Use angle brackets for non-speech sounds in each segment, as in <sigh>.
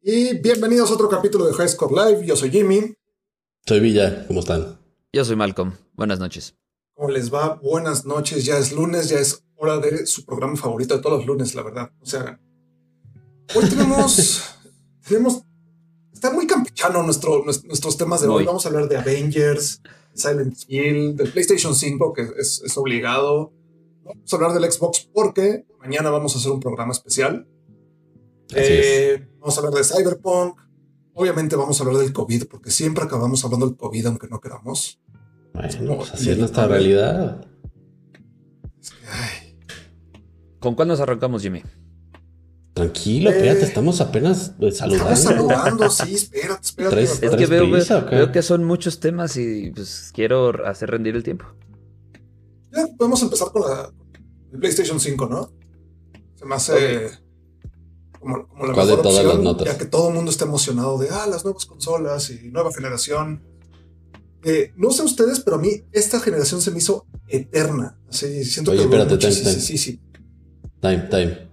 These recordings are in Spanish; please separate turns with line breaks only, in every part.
Y bienvenidos a otro capítulo de High Score Live. Yo soy Jimmy.
Soy Villa, ¿cómo están?
Yo soy Malcolm. Buenas noches.
¿Cómo les va? Buenas noches. Ya es lunes, ya es hora de su programa favorito de todos los lunes, la verdad. O sea, hoy tenemos. tenemos está muy campechano nuestro, nuestros temas de hoy.
Muy.
Vamos a hablar de Avengers, Silent Hill, del PlayStation 5, que es, es obligado. Vamos a hablar del Xbox porque mañana vamos a hacer un programa especial.
Así
Eh, Vamos a hablar de Cyberpunk. Obviamente vamos a hablar del COVID, porque siempre acabamos hablando del COVID, aunque no queramos.
es. Bueno, pues así es nuestra realidad.
Es que, ay,
¿Con cuál nos arrancamos, Jimmy?
Tranquilo,
Eh.
espérate, estamos apenas eh, saludando.
estamos
<laughs>
saludando, sí, espérate, espérate.
Tres-
espérate.
Es que
¿Traes
veo,
prisa
veo-
o qué?
veo que son muchos temas y pues quiero hacer rendir el tiempo.
Ya podemos empezar con la el PlayStation 5, ¿no? Se me hace como, como la
¿Cuál de
mejor
todas
opción,
las notas?
ya que todo el mundo está emocionado de ah, las nuevas consolas y nueva generación. Eh, no sé ustedes, pero a mí esta generación se me hizo eterna. Así siento
Oye,
que duró
espérate,
mucho.
time,
sí,
time.
sí, sí, sí.
Time, time.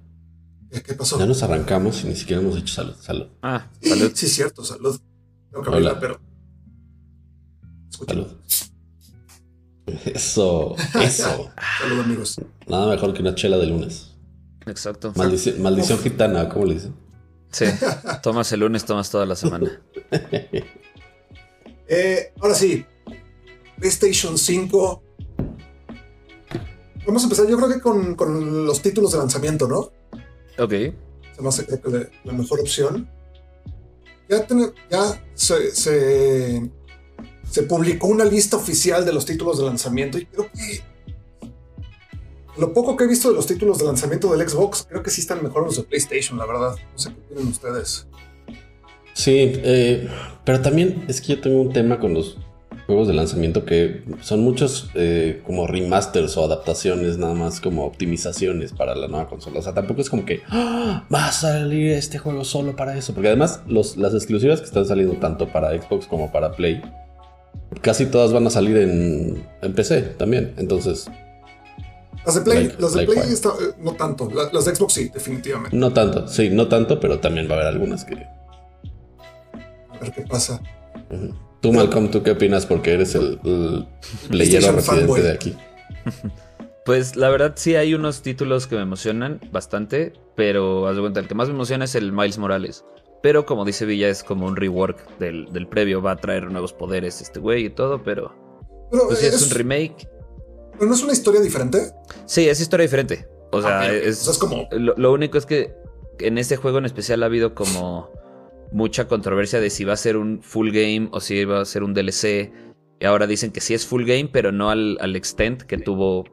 ¿Qué, qué pasó?
Ya nos arrancamos y ni siquiera hemos dicho salud, salud,
Ah, salud.
Sí, cierto, salud. Tengo que
Hola.
abrirla, pero. Escucha.
salud.
Salud.
Eso, eso.
amigos.
Nada mejor que una chela de lunes.
Exacto.
Maldici- maldición gitana, ¿cómo le dicen?
Sí. Tomas el lunes, tomas toda
<laughs>
la semana.
Eh, ahora sí. PlayStation 5. Vamos a empezar, yo creo que con, con los títulos de lanzamiento, ¿no?
Ok.
Se me hace creo que la- la mejor opción. Ya, ten- ya se, se, se publicó una lista oficial de los títulos de lanzamiento y creo que lo poco que he visto de los títulos de lanzamiento del Xbox, creo que sí están mejor los de PlayStation, la verdad. No sé qué tienen ustedes.
Sí, eh, pero también es que yo tengo un tema con los juegos de lanzamiento que son muchos eh, como remasters o adaptaciones, nada más como optimizaciones para la nueva consola. O sea, tampoco es como que ¡Ah! va a salir este juego solo para eso. Porque además los, las exclusivas que están saliendo tanto para Xbox como para Play, casi todas van a salir en, en PC también. Entonces,
Las de Play,
Like-
las de
like
Play
cuál.
está- eh, no tanto. La- las de Xbox sí, definitivamente.
no tanto, sí, no tanto, pero también va a haber algunas que...
A ver qué pasa.
ujú. Tú, Malcolm, ¿tú qué opinas? Porque eres el, el playero
PlayStation
residente
fanboy.
de aquí.
Pues la verdad sí hay unos títulos que me emocionan bastante, pero haz de cuenta, el que más me emociona es el Miles Morales. Pero como dice Villa, es como un rework del, del previo, va a traer nuevos poderes este güey y todo, pero
Pero
pues sí, es
es-
un remake.
pero no es una historia diferente.
Sí, es historia diferente. O sea,
Ah, ok, ok.
es,
O sea, es como-
eh, Lo, lo único es que en este juego en especial ha habido como mucha controversia de si va a ser un full game o si va a ser un DLC. Y ahora dicen que sí es full game, pero no al, al extent que tuvo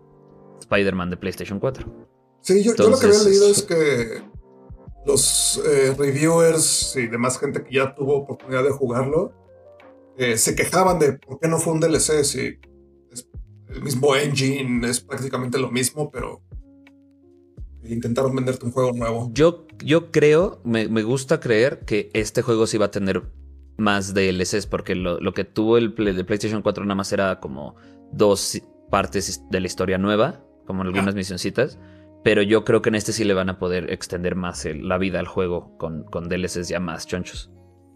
Spider-Man de PlayStation 4.
Sí, yo, yo lo que había
Entonces,
leído es
es-
que los eh, reviewers y demás gente que ya tuvo oportunidad de jugarlo eh, se quejaban de por qué no fue un DLC si es el mismo engine, es prácticamente lo mismo, pero intentaron venderte un juego nuevo.
Yo, yo creo, me, me gusta creer que este juego sí va a tener más DLCs, porque lo, lo que tuvo el, play- de PlayStation 4 nada más era como dos partes de la historia nueva, como algunas misioncitas. Pero yo creo que en este sí le van a poder extender más el- la vida al juego con, con DLCs ya más chonchos.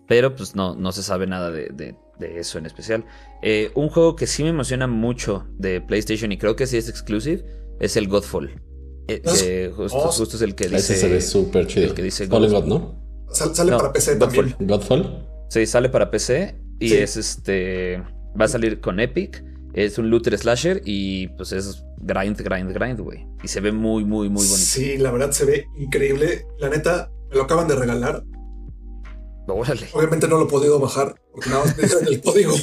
Pero pues no, no se sabe nada de, de- de eso en especial. Eh, un juego que sí me emociona mucho de PlayStation y creo que sí es exclusive es el Godfall. Eh,
Es-
que justo,
oh,
justo es el que dice.
Ese se ve súper chido.
el que dice
Fall
God-
is God, ¿no?
Sal- sale
No,
para PC
Godfall.
también.
Godfall.
Sí, sale para PC y
Sí.
es este. Va a salir con Epic. Es un looter slasher y pues es grind, grind, grind, güey. Y se ve muy, muy, muy bonito.
Sí, la verdad se ve increíble. La neta, me lo acaban de regalar.
Órale.
Obviamente no lo he podido bajar porque nada más me dieron el código.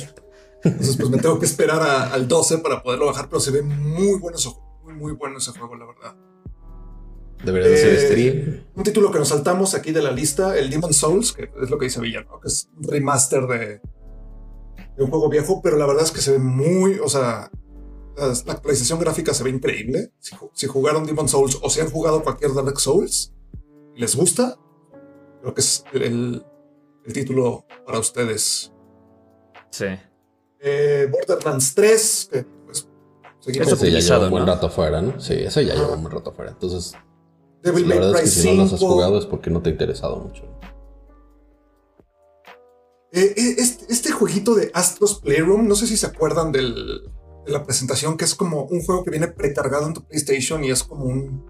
Entonces, pues me tengo que esperar a- al 12 para poderlo bajar, pero se ve muy bueno ese juego, muy, muy bueno ese juego, la verdad.
Debería de
Eh,
ser stream.
Un título que nos saltamos aquí de la lista, el Demon Souls, que es lo que dice Villano, que es un remaster de, de un juego viejo, pero la verdad es que se ve muy, o sea, la la actualización gráfica se ve increíble. Si, ju- si jugaron Demon Souls o si han jugado cualquier Dark Souls y les gusta, creo que es el, el título para ustedes.
Sí.
Eh, Borderlands 3, que pues seguimos.
Eso
Ese ya lleva
optimizado,
un buen
¿no?
rato fuera, ¿no? Sí, ese ya
Ajá.
lleva un buen rato fuera. Entonces,
Devil
la
May
verdad
Cry
es que si no los has
5,
jugado es porque no te ha interesado mucho.
Eh, este, este, jueguito de Astros Playroom, no sé si se acuerdan del, de la presentación, que es como un juego que viene precargado en tu PlayStation y es como un,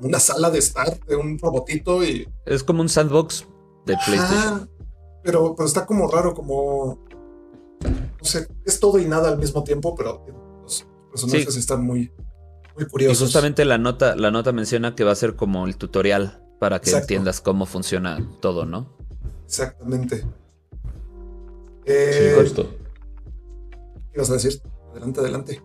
una sala de estar de un robotito y.
Es como un sandbox de PlayStation.
Ah, pero, pero está como raro, como. No sé, es todo y nada al mismo tiempo, pero los personajes sí. están muy, muy curiosos.
Y justamente la nota, la nota menciona que va a ser como el tutorial para que Exacto. entiendas cómo funciona todo, ¿no?
Exactamente.
Eh, sí, justo.
¿Qué vas a decir? Adelante, adelante.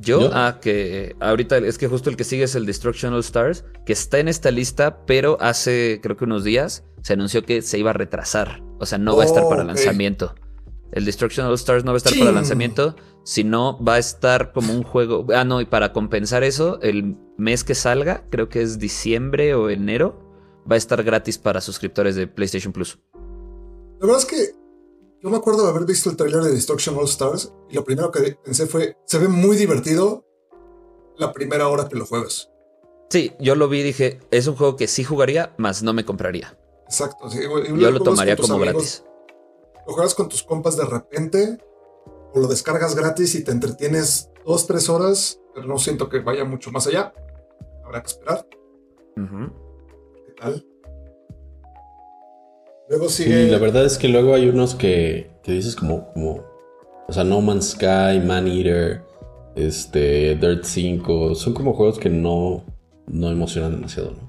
Yo, ¿Yo? ah, que ahorita es que justo el que sigue es el Destruction All Stars, que está en esta lista, pero hace creo que unos días se anunció que se iba a retrasar. O sea, no oh, va a estar para okay. lanzamiento. El Destruction All Stars no va a estar ¡Chin! para lanzamiento, sino va a estar como un juego. Ah, no, y para compensar eso, el mes que salga, creo que es diciembre o enero, va a estar gratis para suscriptores de PlayStation Plus.
La verdad es que yo me acuerdo de haber visto el tráiler de Destruction All Stars y lo primero que pensé fue, se ve muy divertido la primera hora que lo juegas.
Sí, yo lo vi y dije, es un juego que sí jugaría, más no me compraría.
Exacto, sí,
yo lo tomaría como amigos, gratis.
Lo juegas con tus compas de repente o lo descargas gratis y te entretienes dos, tres horas, pero no siento que vaya mucho más allá. Habrá que esperar.
Uh -huh.
¿Qué tal?
Sí, eh. la verdad es que luego hay unos que, que, dices como, como. O sea, No Man's Sky, Man Eater, este, Dirt 5. Son como juegos que no, no emocionan demasiado, ¿no?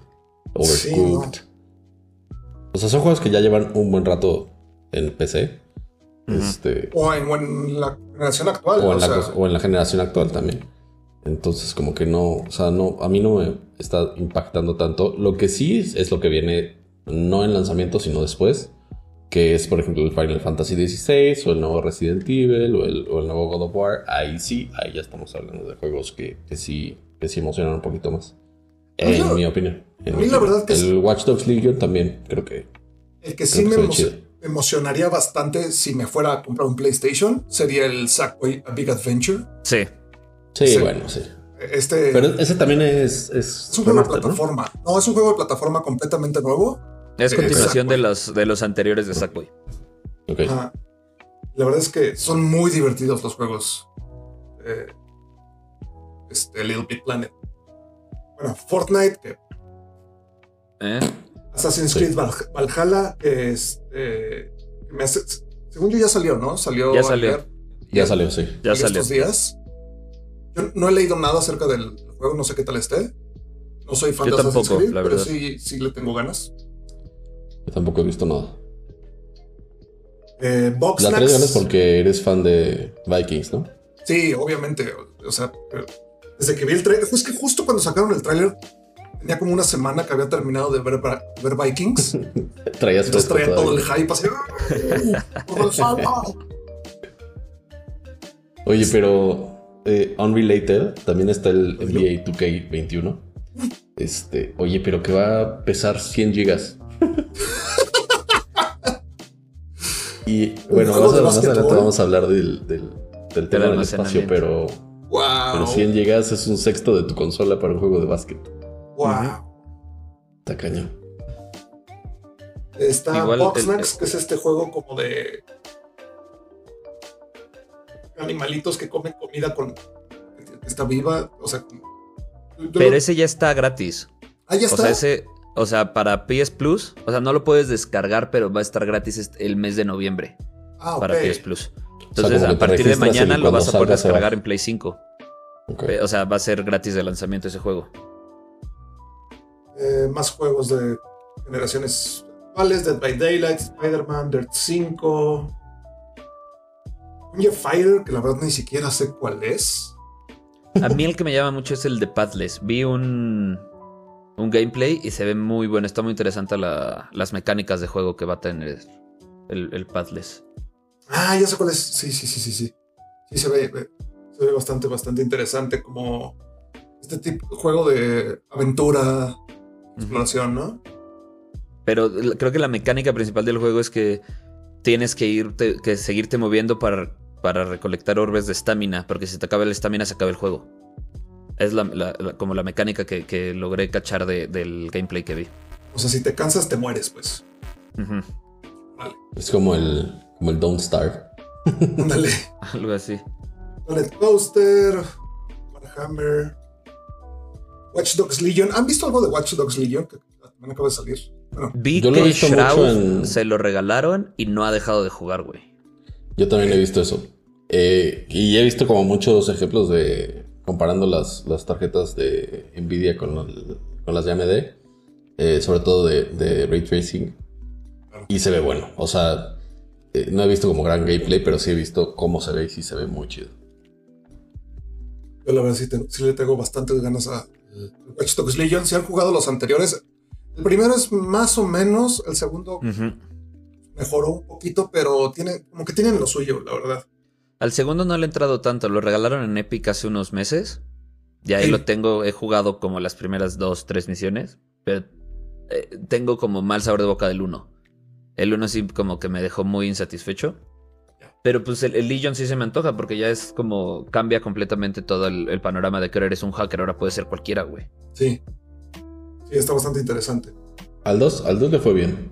Overcooked. Sí, no. O sea, son juegos que ya llevan un buen rato en PC. Uh -huh. Este,
o en, o, en, la generación actual.
O en, o, la, sea... o en la generación actual también. Entonces, como que no. O sea, no, a mí no me está impactando tanto. Lo que sí es, es lo que viene no en lanzamiento, sino después, que es por ejemplo el Final Fantasy XVI o el nuevo Resident Evil o el, o el nuevo God of War, ahí sí, ahí ya estamos hablando de juegos que, que sí, que sí emocionan un poquito más. En la, mi opinión. En
Pues a mí la verdad
el, que el Watch Dogs Legion también, creo que.
El que sí que me, emo chido. me, emocionaría bastante si me fuera a comprar un PlayStation sería el Sackboy A Big Adventure.
Sí.
Sí, sí. bueno, sí.
Este,
Pero ese también es.
Es, es un juego remaster, de plataforma. ¿no? ¿no? es un juego de plataforma completamente nuevo.
Es continuación de los, de los anteriores de Sackboy.
Okay.
Ah, la verdad es que son muy divertidos los juegos. Eh, este Little Big Planet. Bueno, Fortnite. Eh,
¿Eh?
Assassin's Creed sí. Val Valhalla. Este, me hace, según yo ya salió, ¿no? Salió.
Ya salió. Ayer,
ya salió, sí.
Ya salió.
Estos días. Yo no he leído nada acerca del juego, no sé qué tal esté. No soy fan
yo
de
tampoco,
Assassin's Creed,
la
pero sí, sí le tengo ganas.
Yo tampoco he visto nada.
Eh, Box
la traes ganas porque eres fan de Vikings, ¿no?
Sí, obviamente. O, o sea, desde que vi el trailer, es que justo cuando sacaron el trailer, tenía como una semana que había terminado de ver, ver
<laughs>
Vikings.
Traías
Entonces traía todo el hype así.
<laughs>
Oye, pero eh, Unrelated también está el NBA 2K21. Este, oye, pero que va a pesar
<laughs>
100 gigas. y bueno, más, a, más adelante vamos a hablar del, del, del tema del espacio, pero,
wow.
pero 100 gigas es un sexto de tu consola para un juego de básquet.
Wow.
Está cañón.
Está Igual Boxnax, el, el, que es este juego como de animalitos que comen comida con que está viva, o sea,
yo, pero ese ya está gratis.
Ah, ya
o
está.
Sea, ese, o sea, para PS Plus, o sea, no lo puedes descargar, pero va a estar gratis este, el mes de noviembre
ah,
para
okay.
PS Plus. Entonces, o sea, a partir de mañana lo vas a poder descargar en Play 5. Okay. O sea, va a ser gratis de lanzamiento ese juego.
Eh, más juegos de generaciones actuales: Dead by Daylight, Spider-Man, Dirt 5. Ninja Fighter, que la verdad ni siquiera sé cuál es.
A mí el que me llama mucho es el de Pathless. Vi un, un gameplay y se ve muy bueno. Está muy interesante la, las mecánicas de juego que va a tener el, el Pathless.
Ah, ya sé cuál es. Sí, sí, sí, sí, sí. Sí, se ve, se ve bastante, bastante interesante como este tipo de juego de aventura, exploración, ¿no?
Pero creo que la mecánica principal del juego es que tienes que irte, que seguirte moviendo para para recolectar orbes de estamina, porque si te acaba la estamina se acaba el juego. Es la, la, la, como la mecánica que, que logré cachar de, del gameplay que vi.
O sea, si te cansas te mueres, pues.
Uh -huh.
Vale.
Es como el, como el Don't Starve.
Ándale.
<laughs> Algo así.
Planet Coaster, Warhammer, Watch Dogs Legion. ¿Han visto algo de Watch Dogs Legion? Que también acaba de salir. Bueno,
Vi
Yo lo he
que
visto mucho
Shroud
en-
se lo regalaron y no ha dejado de jugar, güey.
Yo también he visto eso. Eh, y he visto como muchos ejemplos de comparando las, las tarjetas de Nvidia con, el- con las de AMD, eh, sobre todo de, de ray tracing. Y se ve bueno. O sea, eh, no he visto como gran gameplay, pero sí he visto cómo se ve y sí se ve muy chido.
yo la verdad sí, tengo- sí le tengo bastantes ganas a Watch Dogs Legion. Si han jugado los anteriores, el primero es más o menos, el segundo
Ujú.
mejoró un poquito, pero tiene, como que tienen lo suyo, la verdad.
Al segundo no le he entrado tanto, lo regalaron en Epic hace unos meses. Y ahí
Sí.
lo tengo, he jugado como las primeras dos, tres misiones, pero eh, tengo como mal sabor de boca del uno. El uno sí como que me dejó muy insatisfecho. Pero pues el, el Legion sí se me antoja porque ya es como cambia completamente todo el, el panorama de que ahora eres un hacker, ahora puede ser cualquiera, güey.
Sí. Sí, está bastante interesante.
Al 2 al dos le fue bien.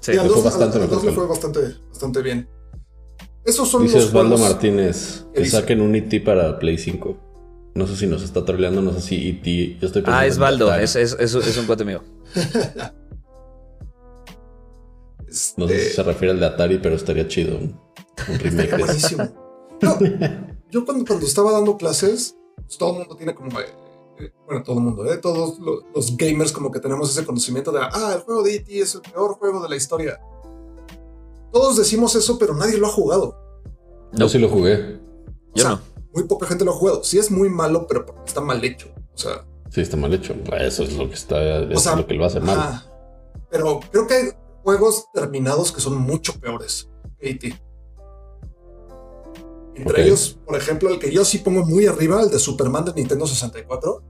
Sí.
Y al
le fue
dos-
bastante
al- al
mejor
dos le
que
fue
al-
bastante, bastante bien. Esos son
Dice
los
Osvaldo
juegos-
Martínez
¿Qué
que
dice?
saquen un ET para Play 5. No sé si nos está troleando, no sé si ET. Yo estoy pensando
Ah,
en
es Baldo,
Batman.
es, es, es- es un cuate mío.
No sé si
este,
se refiere al de Atari, pero estaría chido. Un un
<laughs>
remake de eso.
Buenísimo. No,
<laughs>
yo cuando, cuando estaba dando clases, pues, todo el mundo tiene como... eh, eh, bueno, todo el mundo, ¿eh? Todos lo- los, gamers como que tenemos ese conocimiento de, ah, el juego de E.T. es el peor juego de la historia. Todos decimos eso, pero nadie lo ha jugado.
Yo sí lo jugué.
Yo
O sea,
no.
Muy poca gente lo ha jugado. Sí es muy malo, pero porque está mal hecho. O sea,
Sí, está mal hecho. Pues, Eso es lo que está. eso
sea,
es lo que lo hace mal.
ajá. Pero creo que hay juegos terminados que son mucho peores que E.T. Entre
Ok.
ellos, por ejemplo, el que yo sí pongo muy arriba, el de Superman de Nintendo 64.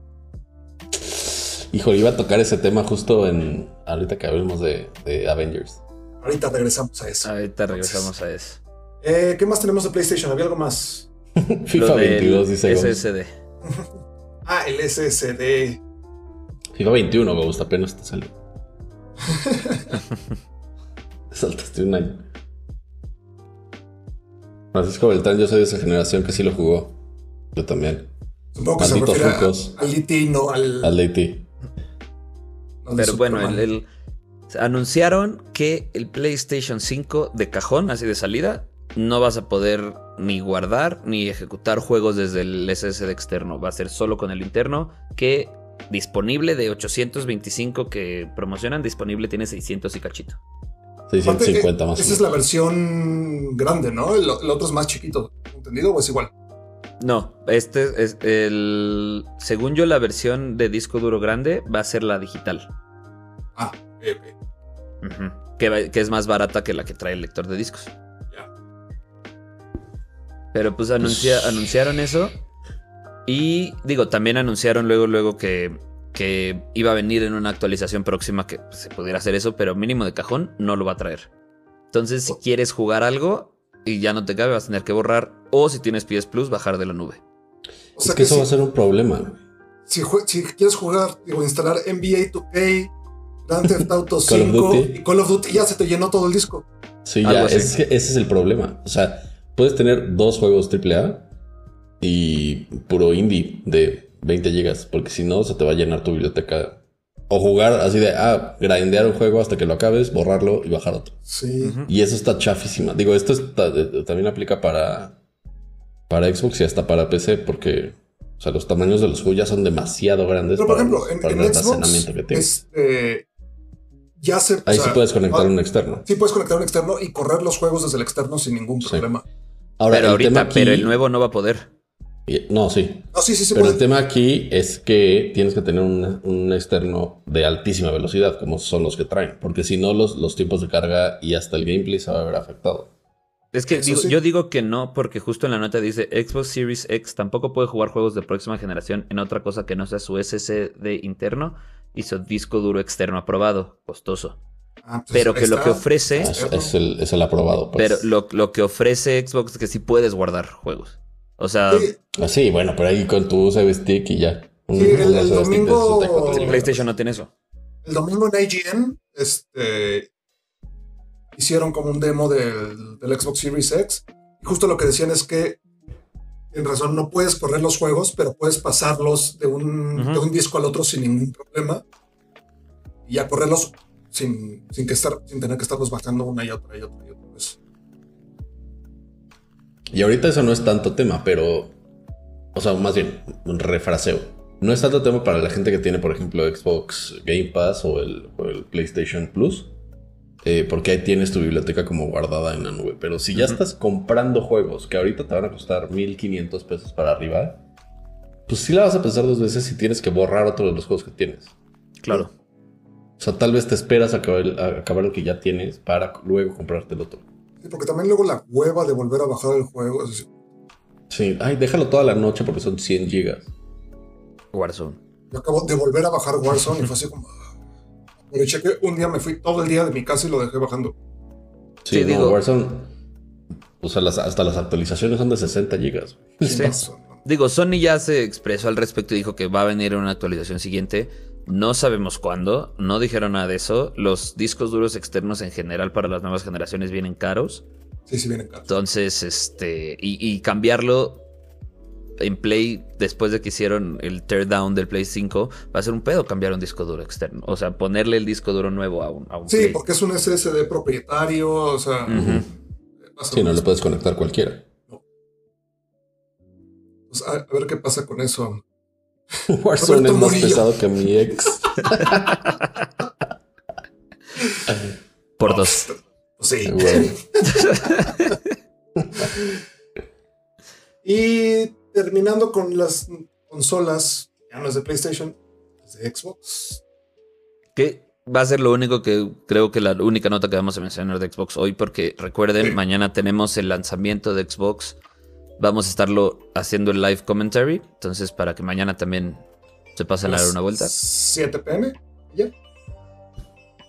Híjole, iba a tocar ese tema justo en. Ahorita que hablemos de, de Avengers. <laughs>
Ahorita regresamos a
Ah.
eso.
Ahorita regresamos a eso.
Eh, ¿Qué más tenemos de PlayStation? ¿Había algo más?
FIFA
Lo del
22, dice Ghost.
SSD.
Ah, el SSD.
FIFA 21, me gusta, apenas te
<laughs>
salió. Saltaste un año. Francisco Beltrán, yo soy de esa generación que sí lo jugó. Yo también.
Supongo que se
Malditos
refiere a-
rucos.
al IT, no al.
Al de IT.
al de
Pero bueno,
Superman.
el, el- anunciaron que el PlayStation 5 de cajón, así de salida, no vas a poder ni guardar ni ejecutar juegos desde el SSD externo. Va a ser solo con el interno, que disponible de 825 que promocionan, disponible tiene 600 y cachito.
Aparte,
650
eh,
más o
Esa es
menos.
la versión grande, ¿no? El, el otro es más chiquito. ¿Entendido? ¿O es igual?
No, este es el. Según yo, la versión de disco duro grande va a ser la digital.
Ah, eh, eh,
Ujú. que, va- que es más barata que la que trae el lector de discos.
Ya.
Pero pues anuncia-
Pues-
anunciaron eso. Y digo, también anunciaron luego, luego que, que iba a venir en una actualización próxima que pues, se pudiera hacer eso, pero mínimo de cajón no lo va a traer. Entonces,
Oh.
si quieres jugar algo y ya no te cabe, vas a tener que borrar. O si tienes PS Plus, bajar de la nube.
O
Es
sea
que
que,
eso va a
si,
ser un problema.
si jue- si quieres jugar, digo, instalar NBA 2K, Grand
<laughs>
Theft Auto
Call of
5
Duty.
y Call of Duty, ya se te llenó todo el disco.
Sí,
Algo
ya,
así.
es que ese es el problema. O sea, puedes tener dos juegos AAA y puro indie de 20 gigas, porque si no, se te va a llenar tu biblioteca. O jugar así de, ah, grindear un juego hasta que lo acabes, borrarlo y bajar otro.
Sí.
Ujú.
Y eso está chafísima. Digo, esto está- eh, también aplica para, para Xbox y hasta para PC, porque, o sea, los tamaños de los juegos ya son demasiado grandes
Pero por
para,
ejemplo, en,
para
en
el
Xbox,
almacenamiento que tiene.
este, ya se. o
Ahí sí
sea,
puedes conectar
ah,
un externo.
Sí, puedes conectar un externo y correr los juegos desde el externo sin ningún
Sí.
problema.
Ahora,
pero
el
ahorita,
tema aquí-
pero el nuevo no va a poder.
eh, No, sí,
No, sí, pues, sí, sí.
Pero
puede.
el tema aquí es que tienes que tener un, un externo de altísima velocidad, como son los que traen, porque si no, los, los tiempos de carga y hasta el gameplay se va a ver afectado.
Es que
Eso
digo-
sí.
yo digo que no, porque justo en la nota dice Xbox Series X tampoco puede jugar juegos de próxima generación en otra cosa que no sea su SSD interno y su disco duro externo aprobado, costoso.
Ah, pues
Pero
ahí
que lo
está.
que ofrece,
Es, es el, es el aprobado.
pero
Pues.
lo, lo que ofrece Xbox es que sí puedes guardar juegos. O sea,
Sí,
Ah, sí, bueno, pero ahí con tu USB stick y ya. Un-
Sí, el-
un
el
USB stick de
domingo-
64
sí,
gigas.
PlayStation no tiene eso.
el domingo en IGN este, hicieron como un demo del, del Xbox Series X. Y justo lo que decían es que en razón no puedes correr los juegos, pero puedes pasarlos de un,
Ujú.
de un disco al otro sin ningún problema y a correrlos sin, sin, que estar, sin tener que estarlos bajando una y otra y otra y otra vez.
Y ahorita eso no es tanto tema, pero. O sea, más bien, un refraseo. No es tanto tema para la gente que tiene, por ejemplo, Xbox Game Pass o el, o el PlayStation Plus. eh, porque ahí tienes tu biblioteca como guardada en la nube. Pero si ya
Ujú.
estás comprando juegos que ahorita te van a costar 1500 pesos para arriba, pues sí la vas a pensar dos veces si tienes que borrar otro de los juegos que tienes.
Claro.
O sea, tal vez te esperas a acabar, el- a acabar el que ya tienes para luego comprarte el otro.
Sí, porque también luego la hueva de volver a bajar el juego. es-
Sí, ay, déjalo toda la noche porque son 100 gigas.
Warzone.
Yo acabo de volver a bajar Warzone y fue así como. ah. Aproveché que un día me fui todo el día de mi casa y lo dejé bajando.
Sí,
Sí,
no,
digo-
Warzone. O sea, las- hasta las actualizaciones son de 60 gigas.
Sí.
Warzone, ¿no?
Digo, Sony ya se expresó al respecto y dijo que va a venir una actualización siguiente. No sabemos cuándo, no dijeron nada de eso. Los discos duros externos en general para las nuevas generaciones vienen caros.
Sí, sí, viene caro.
Entonces, este, y, y cambiarlo en Play después de que hicieron el teardown del Play 5, va a ser un pedo cambiar un disco duro externo. O sea, ponerle el disco duro nuevo a un, a un
Sí,
Play.
porque es un SSD propietario, o sea.
Ujú.
va a ser
Sí, no
un-
le puedes conectar cualquiera. <laughs>
pues, a, a ver qué pasa con eso.
Warzone
Roberto
es más
Murillo.
pesado que mi ex.
Por
<laughs>
dos.
Pues <laughs> sí.
Güey.
Y terminando con las consolas, ya no es de PlayStation, es de Xbox.
Que va a ser lo único que creo que la única nota que vamos a mencionar de Xbox hoy, porque recuerden,
Sí.
mañana tenemos el lanzamiento de Xbox. Vamos a estarlo haciendo el live commentary. Entonces, para que mañana también se pasen a dar una vuelta.
7 pm.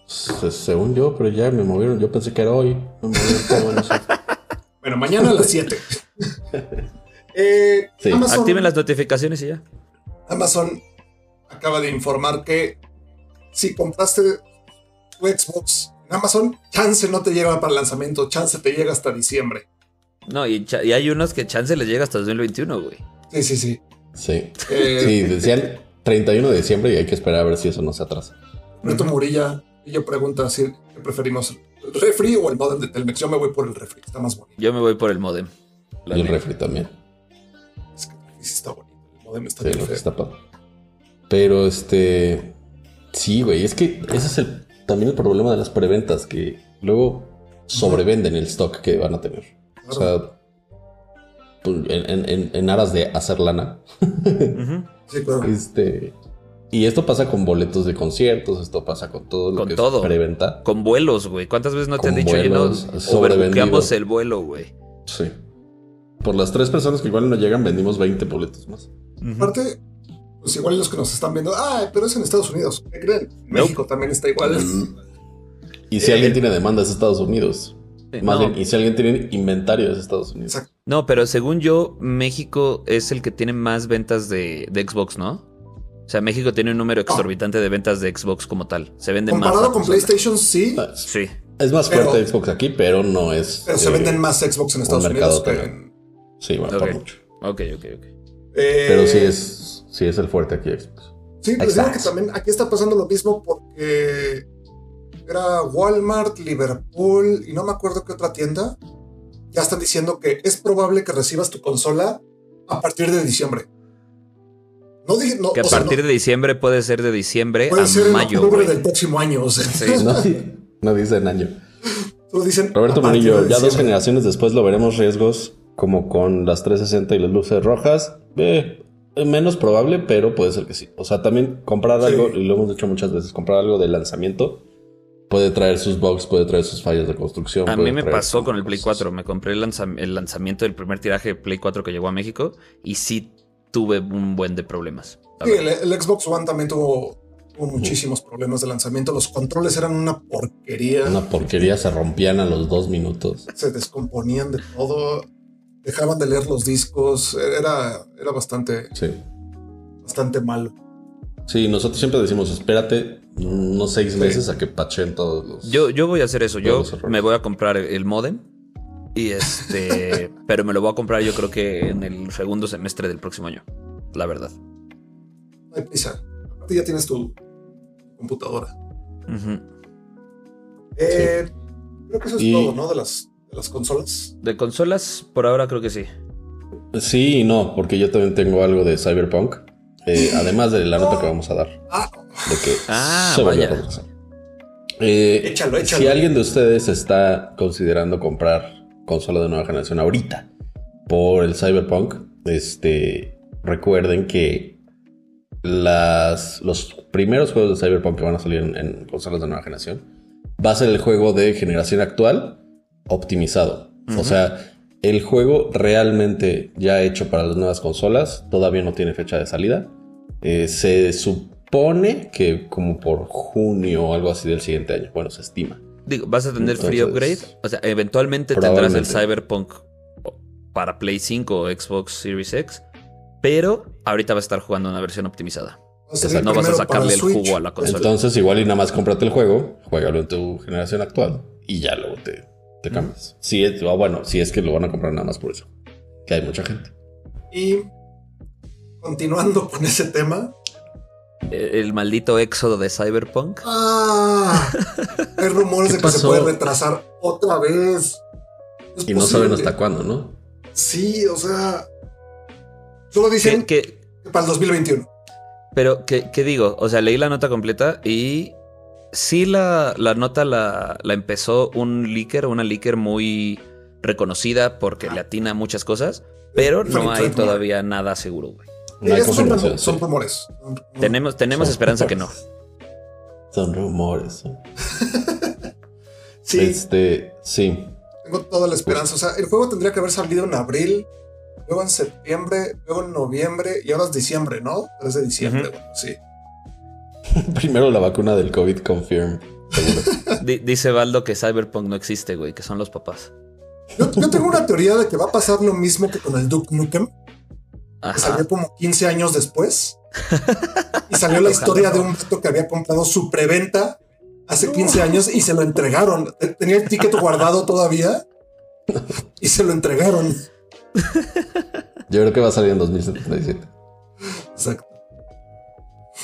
Se- según yo, pero ya me movieron. Yo pensé que era hoy. Me movieron, pero bueno, sí.
Bueno, mañana a las 7.
Sí,
Amazon,
Activen las notificaciones y ya.
Amazon acaba de informar que si compraste tu Xbox en Amazon, chance no te llega para el lanzamiento, chance te llega hasta diciembre.
No, y, cha- y hay unos que chance les llega hasta 2021, güey.
Sí, sí, sí.
sí.
Eh,
Sí, decían 31 de diciembre y hay que esperar a ver si eso no se atrasa.
Roberto Murilla, ella pregunta si ¿qué preferimos el refri o el modem de Telmex. Yo me voy por el refri, está más bonito.
Yo me voy por el modem.
y el refri también.
Es que el refri sí está bonito, el modem está
Sí,
bien
lo que
feo.
está padre. Pero este. Sí, güey. Es que ese es el, también el problema de las preventas, que luego sobrevenden el stock que van a tener. O
Claro.
sea, pues, en, en- en- en aras de hacer lana.
Ujú.
Sí, claro.
Este. Y esto pasa con boletos de conciertos, esto pasa con todo lo
Con
que
todo.
es preventa.
Con vuelos, güey. ¿Cuántas veces no te
Con
han dicho, oye, no,
vuelos, sobrevendido.
overbookeamos el vuelo, güey?
Sí. Por las tres personas que igual no llegan, vendimos 20 boletos más.
Aparte, pues igual los que nos están viendo, ah, pero es en Estados Unidos. ¿Qué creen?
No.
México también está
Mm.
igual.
Y si alguien tiene demandas es Estados Unidos. Más
No,
bien, y si alguien tiene inventario es Estados Unidos.
Exacto.
No, pero según yo, México es el que tiene más ventas de, de Xbox, ¿no? O sea, México tiene un número exorbitante de ventas de Xbox como tal. Se venden más.
Ah. Comparado
la
con
consola.
PlayStation, sí,
Ah,
Sí.
Es más
Pero-
fuerte Xbox aquí, pero no es.
pero se
eh,
venden más Xbox en Estados
mercado
Unidos que
también.
en-
Sí, bueno, por
Ok.
mucho.
Ok, ok, ok.
Eh,
Pero sí es, sí es el fuerte aquí Xbox.
Sí, pues digo
Xbox.
que también aquí está pasando lo mismo porque era Walmart, Liverpool y no me acuerdo qué otra tienda. Ya están diciendo que es probable que recibas tu consola a partir de diciembre. No dije, no,
Que a
o sea,
partir
no,
de diciembre puede ser de diciembre
puede
a
ser en
mayo.
octubre
güey.
del próximo año. O sea,
Sí.
No, <laughs> no dicen año.
<laughs> solo dicen
Roberto
a partir de
Murillo, ya dos
diciembre.
generaciones después lo veremos riesgos como con las 360 y las luces rojas. Eh, eh, menos probable, pero puede ser que sí. O sea, también comprar
Sí.
algo, y lo hemos dicho muchas veces, comprar algo de lanzamiento puede traer sus bugs, puede traer sus fallas de construcción.
A
puede
mí me
traer
pasó con el
cosas.
Play 4. Me compré el, lanzam- el lanzamiento del primer tiraje de Play 4 que llegó a México y sí tuve un buen de problemas. la
Sí,
verdad.
el, el Xbox One también tuvo, tuvo muchísimos problemas de lanzamiento. Los controles eran una porquería.
Una porquería, se rompían a los dos minutos.
se descomponían de todo, dejaban de leer los discos, e-, era, era bastante,
Sí.
bastante malo.
Sí, nosotros siempre decimos, espérate unos seis meses a que patchen todos los.
Yo, yo voy a hacer eso. Yo
Todos los errores.
me voy a comprar el modem. Y este. pero me lo voy a comprar yo creo que en el segundo semestre del próximo año. La verdad.
No hay prisa. Aparte ya tienes tu computadora.
Ujú.
Eh, Creo que eso es
Y-
todo, ¿no? De las, de las consolas.
De consolas, por ahora creo que sí.
Sí y no, porque yo también tengo algo de Cyberpunk. eh, además de la nota que vamos a dar.
Ah,
de que
Ah,
se volvió
vaya.
retrasado. Eh,
Échalo, échalo.
Si alguien de ustedes está considerando comprar consola de nueva generación ahorita por el Cyberpunk, este, recuerden que las, los primeros juegos de Cyberpunk que van a salir en, en consolas de nueva generación va a ser el juego de generación actual optimizado. O sea, el juego realmente ya hecho para las nuevas consolas todavía no tiene fecha de salida. Eh, se supone que como por junio o algo así del siguiente año. Bueno, se estima.
Digo, vas a tener free upgrade.
Entonces,
O sea, eventualmente tendrás el
probablemente.
Cyberpunk para Play 5 o Xbox Series X. Pero ahorita va a estar jugando una versión optimizada.
va a salir
Exacto, no vas a
primero
sacarle
para
el
Switch.
jugo a la consola.
Entonces igual y nada más cómprate el juego, juégalo en tu generación actual y ya luego te, te cambias. Si es, ah, bueno, si es que lo van a comprar nada más por eso. Que hay mucha gente.
Y continuando <laughs> con ese tema.
El, eh, el maldito éxodo de Cyberpunk.
Oh, ¡Ah! Hay rumores
¿Qué
de que se
pasó?
puede retrasar otra vez. Es
Y no
posible.
saben hasta cuándo, ¿no?
Sí, o sea. Solo
Que,
dicen que,
que-
para el 2021.
pero, ¿qué, qué digo? O sea, leí la nota completa y sí la, la nota la, la empezó un leaker, una leaker muy reconocida porque
Ah.
le atina a muchas cosas, pero no
Frank
hay
Trentmore.
todavía nada seguro, güey.
Oh.
No hay
Esos son,
confirmación.
rumo- son rumores. Son rumores.
Tenemos, tenemos
Son
<laughs>
esperanza que no.
Son rumores. ¿no?
Sí,
Este, sí. <laughs>
tengo toda la esperanza. O sea, el juego tendría que haber salido en abril, luego en septiembre, luego en noviembre y ahora es diciembre, ¿no? 3 de diciembre,
Ujú.
bueno, sí.
Primero la vacuna del COVID confirmed.
Di- dice Baldo que Cyberpunk no existe, güey, que son los papás.
Yo, yo tengo una teoría de que va a pasar lo mismo que con el Duke Nukem, que
Ajá.
salió como 15 años después. Y salió la historia de un vato que había comprado su preventa hace 15 años y se lo entregaron. Te- Tenía el ticket guardado todavía y se lo entregaron.
Yo creo que va a salir en 2077.
Exacto.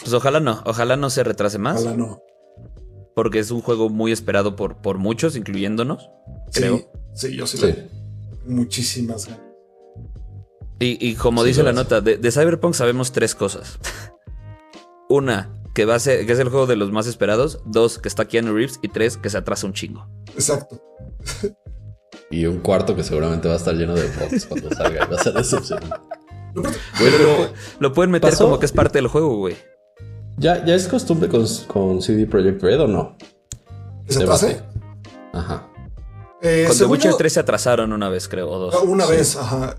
Pues ojalá no, ojalá no se retrase más,
Ojalá no.
porque es un juego muy esperado por, por muchos, incluyéndonos,
Sí,
creo.
Sí, yo sí,
Sí.
le muchísimas ganas.
Y, y como
Sí,
dice la
lo hace.
nota, de, de Cyberpunk sabemos tres cosas. <laughs> Una, que va a ser, que es el juego de los más esperados. Dos, que está Keanu Reeves. Y tres, que se atrasa un chingo.
Exacto.
Y un cuarto que seguramente va a estar lleno de bots cuando salga. y Va a ser decepcionante.
Lo pronto-
Pero lo, lo pueden meter
¿Pasó?
como que es parte del juego, güey.
¿Ya, ¿Ya es costumbre con, con CD Projekt Red o no?
que se
Debate.
atrase.
Ajá.
Eh,
Con The
según
Witcher
yo, Ah,
3 se atrasaron una vez, creo, o dos.
Una vez, ajá.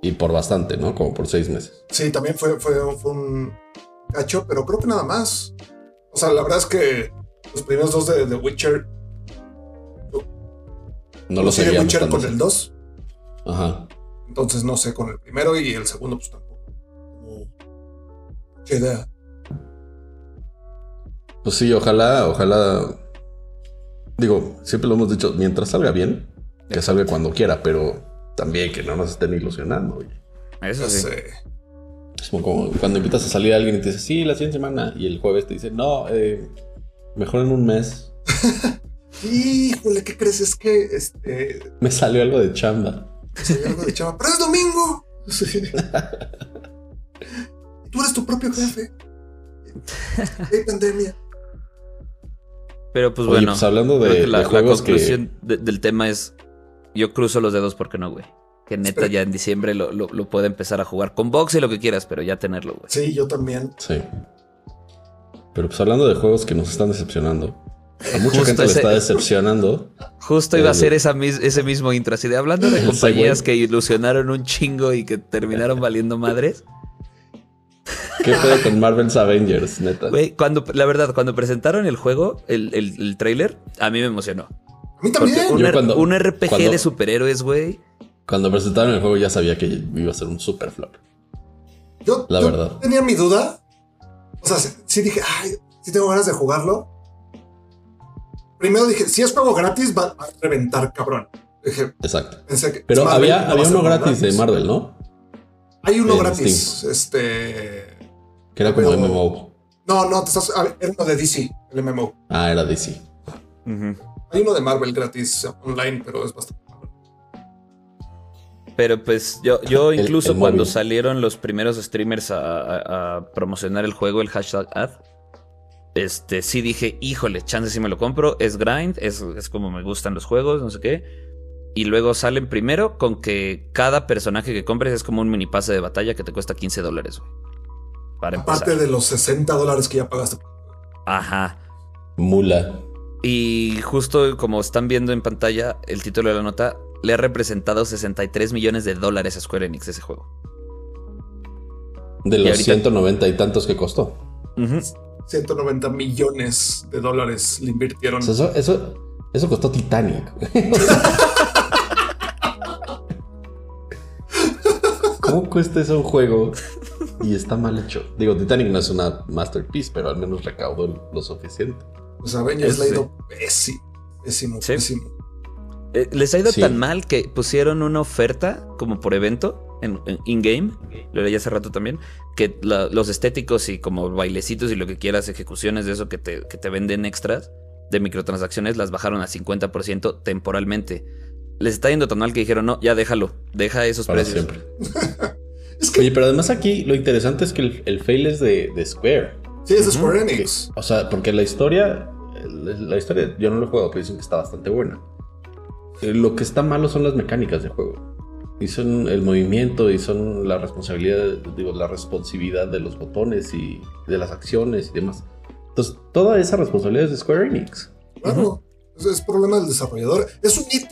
Y por bastante, ¿no? Como por seis meses.
Sí, también fue, fue, fue un cacho, pero creo que nada más. O sea, la verdad es que los primeros dos de The Witcher,
No lo
sí, The
sabíamos.
Witcher
tanto.
con el 2,
Ajá.
entonces no sé, con el primero y el segundo, pues tampoco. Como- Qué idea.
Pues sí, ojalá, ojalá. Digo, siempre lo hemos dicho, mientras salga bien, que salga cuando quiera, pero también que no nos estén ilusionando. oye.
Eso sí.
Entonces, eh,
Es como, como cuando invitas a salir a alguien y te dice, sí, la siguiente semana, y el jueves te dice, no, eh, mejor en un mes.
Híjole, ¿qué crees? Es que este,
Me salió algo de chamba.
salió algo de chava, pero es domingo. Sí. Y <laughs> Tú eres tu propio jefe. Y Hay pandemia.
Pero pues
Oye,
bueno,
pues hablando de,
creo que la,
de
la
juegos que-
conclusión de- del tema es: yo cruzo los dedos porque no, güey. Que neta
Espera.
ya en diciembre lo, lo, lo pueda empezar a jugar con box y lo que quieras, pero ya tenerlo, güey.
Sí, yo también.
Sí. Pero pues hablando de juegos que nos están decepcionando. A mucha
Justo
gente le
ese-
está decepcionando.
Justo iba a
Eh,
ser esa mis- ese mismo intro, así de hablando de
El
compañías
segue.
que ilusionaron un chingo y que terminaron valiendo
<laughs>
madres.
¿Qué pedo con Marvel's Avengers, neta?
Güey, cuando, la verdad, cuando presentaron el juego, el, el, el trailer, a mí me emocionó.
A mí
Porque
también.
un,
Yo
R-
cuando-
un RPG
cuando-
de superhéroes, güey.
Cuando presentaron el juego ya sabía que iba a ser un super flop.
Yo,
La
yo
verdad.
tenía mi duda. O sea, sí- sí dije, ay, sí tengo ganas de jugarlo. Primero dije, si es juego gratis, va a reventar, cabrón. Dije,
Exacto.
pensé que.
Pero
es Marvel,
había,
no va a
había
ser
uno
juego
gratis de eh, Marvel, ¿no?
Hay uno
en
gratis. Este.
Que
Ah,
era como
Pero-
MMO.
No, no, te estás. a ver, Era uno de DC, el MMO.
Ah, era DC.
Ujú.
Hay uno de Marvel gratis online, pero es bastante.
Pero pues yo, yo
El-
incluso
el
cuando
móvil.
salieron los primeros streamers a, a- a promocionar el juego, el hashtag ad, este, sí dije, híjole, chance si me lo compro, es grind, es, es como me gustan los juegos, no sé qué. Y luego salen primero con que cada personaje que compres es como un mini pase de batalla que te cuesta 15 dólares, güey. Para empezar.
Aparte de los 60 dólares que ya pagaste.
Ajá.
Mula.
Y justo como están viendo en pantalla el título de la nota, le ha representado 63 millones de dólares a Square Enix ese juego.
De los
ahorita-
190 y tantos que costó.
Ujú.
190 millones de dólares le invirtieron.
O sea, eso, eso, eso costó Titanic. <laughs> ¿Cómo cuesta eso un juego y está mal hecho? Digo, Titanic no es una masterpiece, pero al menos recaudó lo suficiente.
Pues Avengers
Sí.
le ha ido pésimo, pésimo,
Sí.
pésimo.
Eh, Les ha ido
Sí.
tan mal que pusieron una oferta como por evento en en in-game, lo leí hace rato también, que la- los estéticos y como bailecitos y lo que quieras, ejecuciones de eso que te, que te venden extras de microtransacciones, las bajaron a 50% temporalmente. Les está yendo tan mal que dijeron, no, ya déjalo, deja esos
Para
precios.
siempre. Oye, pero además aquí lo interesante es que el, el fail es de, de Square.
Sí, es de
Ujú.
Square Enix.
O sea, porque la historia, la historia, yo no lo he jugado, pero dicen que está bastante buena. Eh, Lo que está malo son las mecánicas de juego. Y son el movimiento, y son la responsabilidad, digo, la responsividad de los botones y de las acciones y demás. Entonces, toda esa responsabilidad es de Square Enix.
Claro. Es, es problema del desarrollador. Es un IT.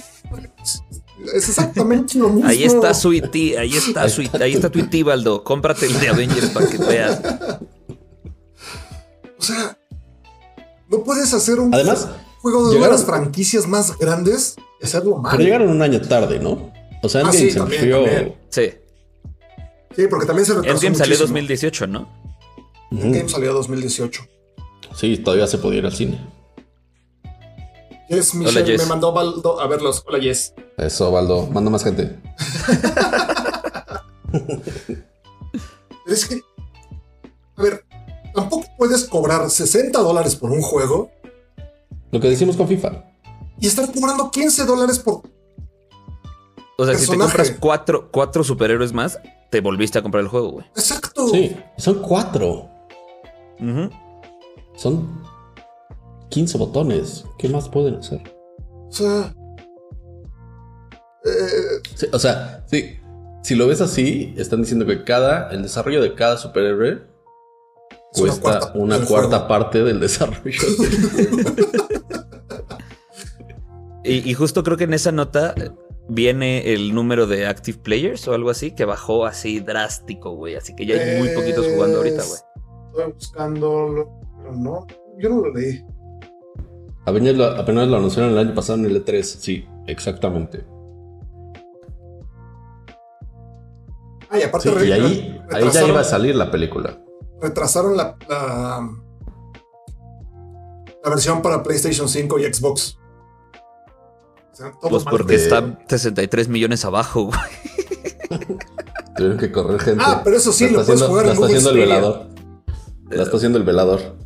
Es exactamente <laughs> lo mismo.
Ahí está su IT, ahí está su IT, ahí está tu IT, Baldo. Cómprate el de Avengers para que veas.
O sea, no puedes hacer un
Además,
juego de
llegaron-
una de las franquicias más grandes y hacerlo mal.
pero llegaron un año tarde, ¿no? O sea,
Ah,
Endgame
sí,
se
también,
enfrió-
también.
Sí,
Sí, porque también se retrasó
Endgame salió
muchísimo.
2018, ¿no?
Ujú.
Endgame salió 2018.
Sí, todavía se podía ir al cine.
Yes, Michelle
Jess.
me mandó Baldo a verlos. Hola, Jess.
Eso, Baldo. Manda más gente.
Pero es que, a ver, tampoco puedes cobrar 60 dólares por un juego
Lo que decimos con FIFA.
y estar cobrando 15 dólares por.
O sea, si te
Personaje.
compras cuatro, cuatro superhéroes más, te volviste a comprar el juego, güey.
Exacto.
Sí, son cuatro.
Ujú.
Son 15 botones. ¿Qué más pueden hacer?
O sea. eh,
Sí, o sea, sí. Si lo ves así, están diciendo que cada el desarrollo de cada superhéroe
es una
cuesta
cuarta-
una
del
cuarta
juego.
parte del <laughs> desarrollo.
Y, y justo creo que en esa nota eh, viene el número de active players o algo así, que bajó así drástico, güey. Así que ya hay muy poquitos jugando ahorita, güey.
Estoy buscándolo, pero no. Yo no lo leí.
apenas, lo, apenas lo anunciaron el año pasado en el E3. Sí, exactamente.
Ah, y aparte
Sí,
re-
y ahí,
re-
ahí ya
retrasaron,
iba a salir la película.
retrasaron la, la, la versión para PlayStation 5 y Xbox. O sea, todo
Pues
mal.
porque
de-
está 63 millones abajo, güey.
Tuvieron que correr gente.
Ah, pero eso sí,
La
lo
está
puedes
haciendo-
jugar
la
en
está
Google
haciendo el
Stadia.
velador. La está haciendo el velador.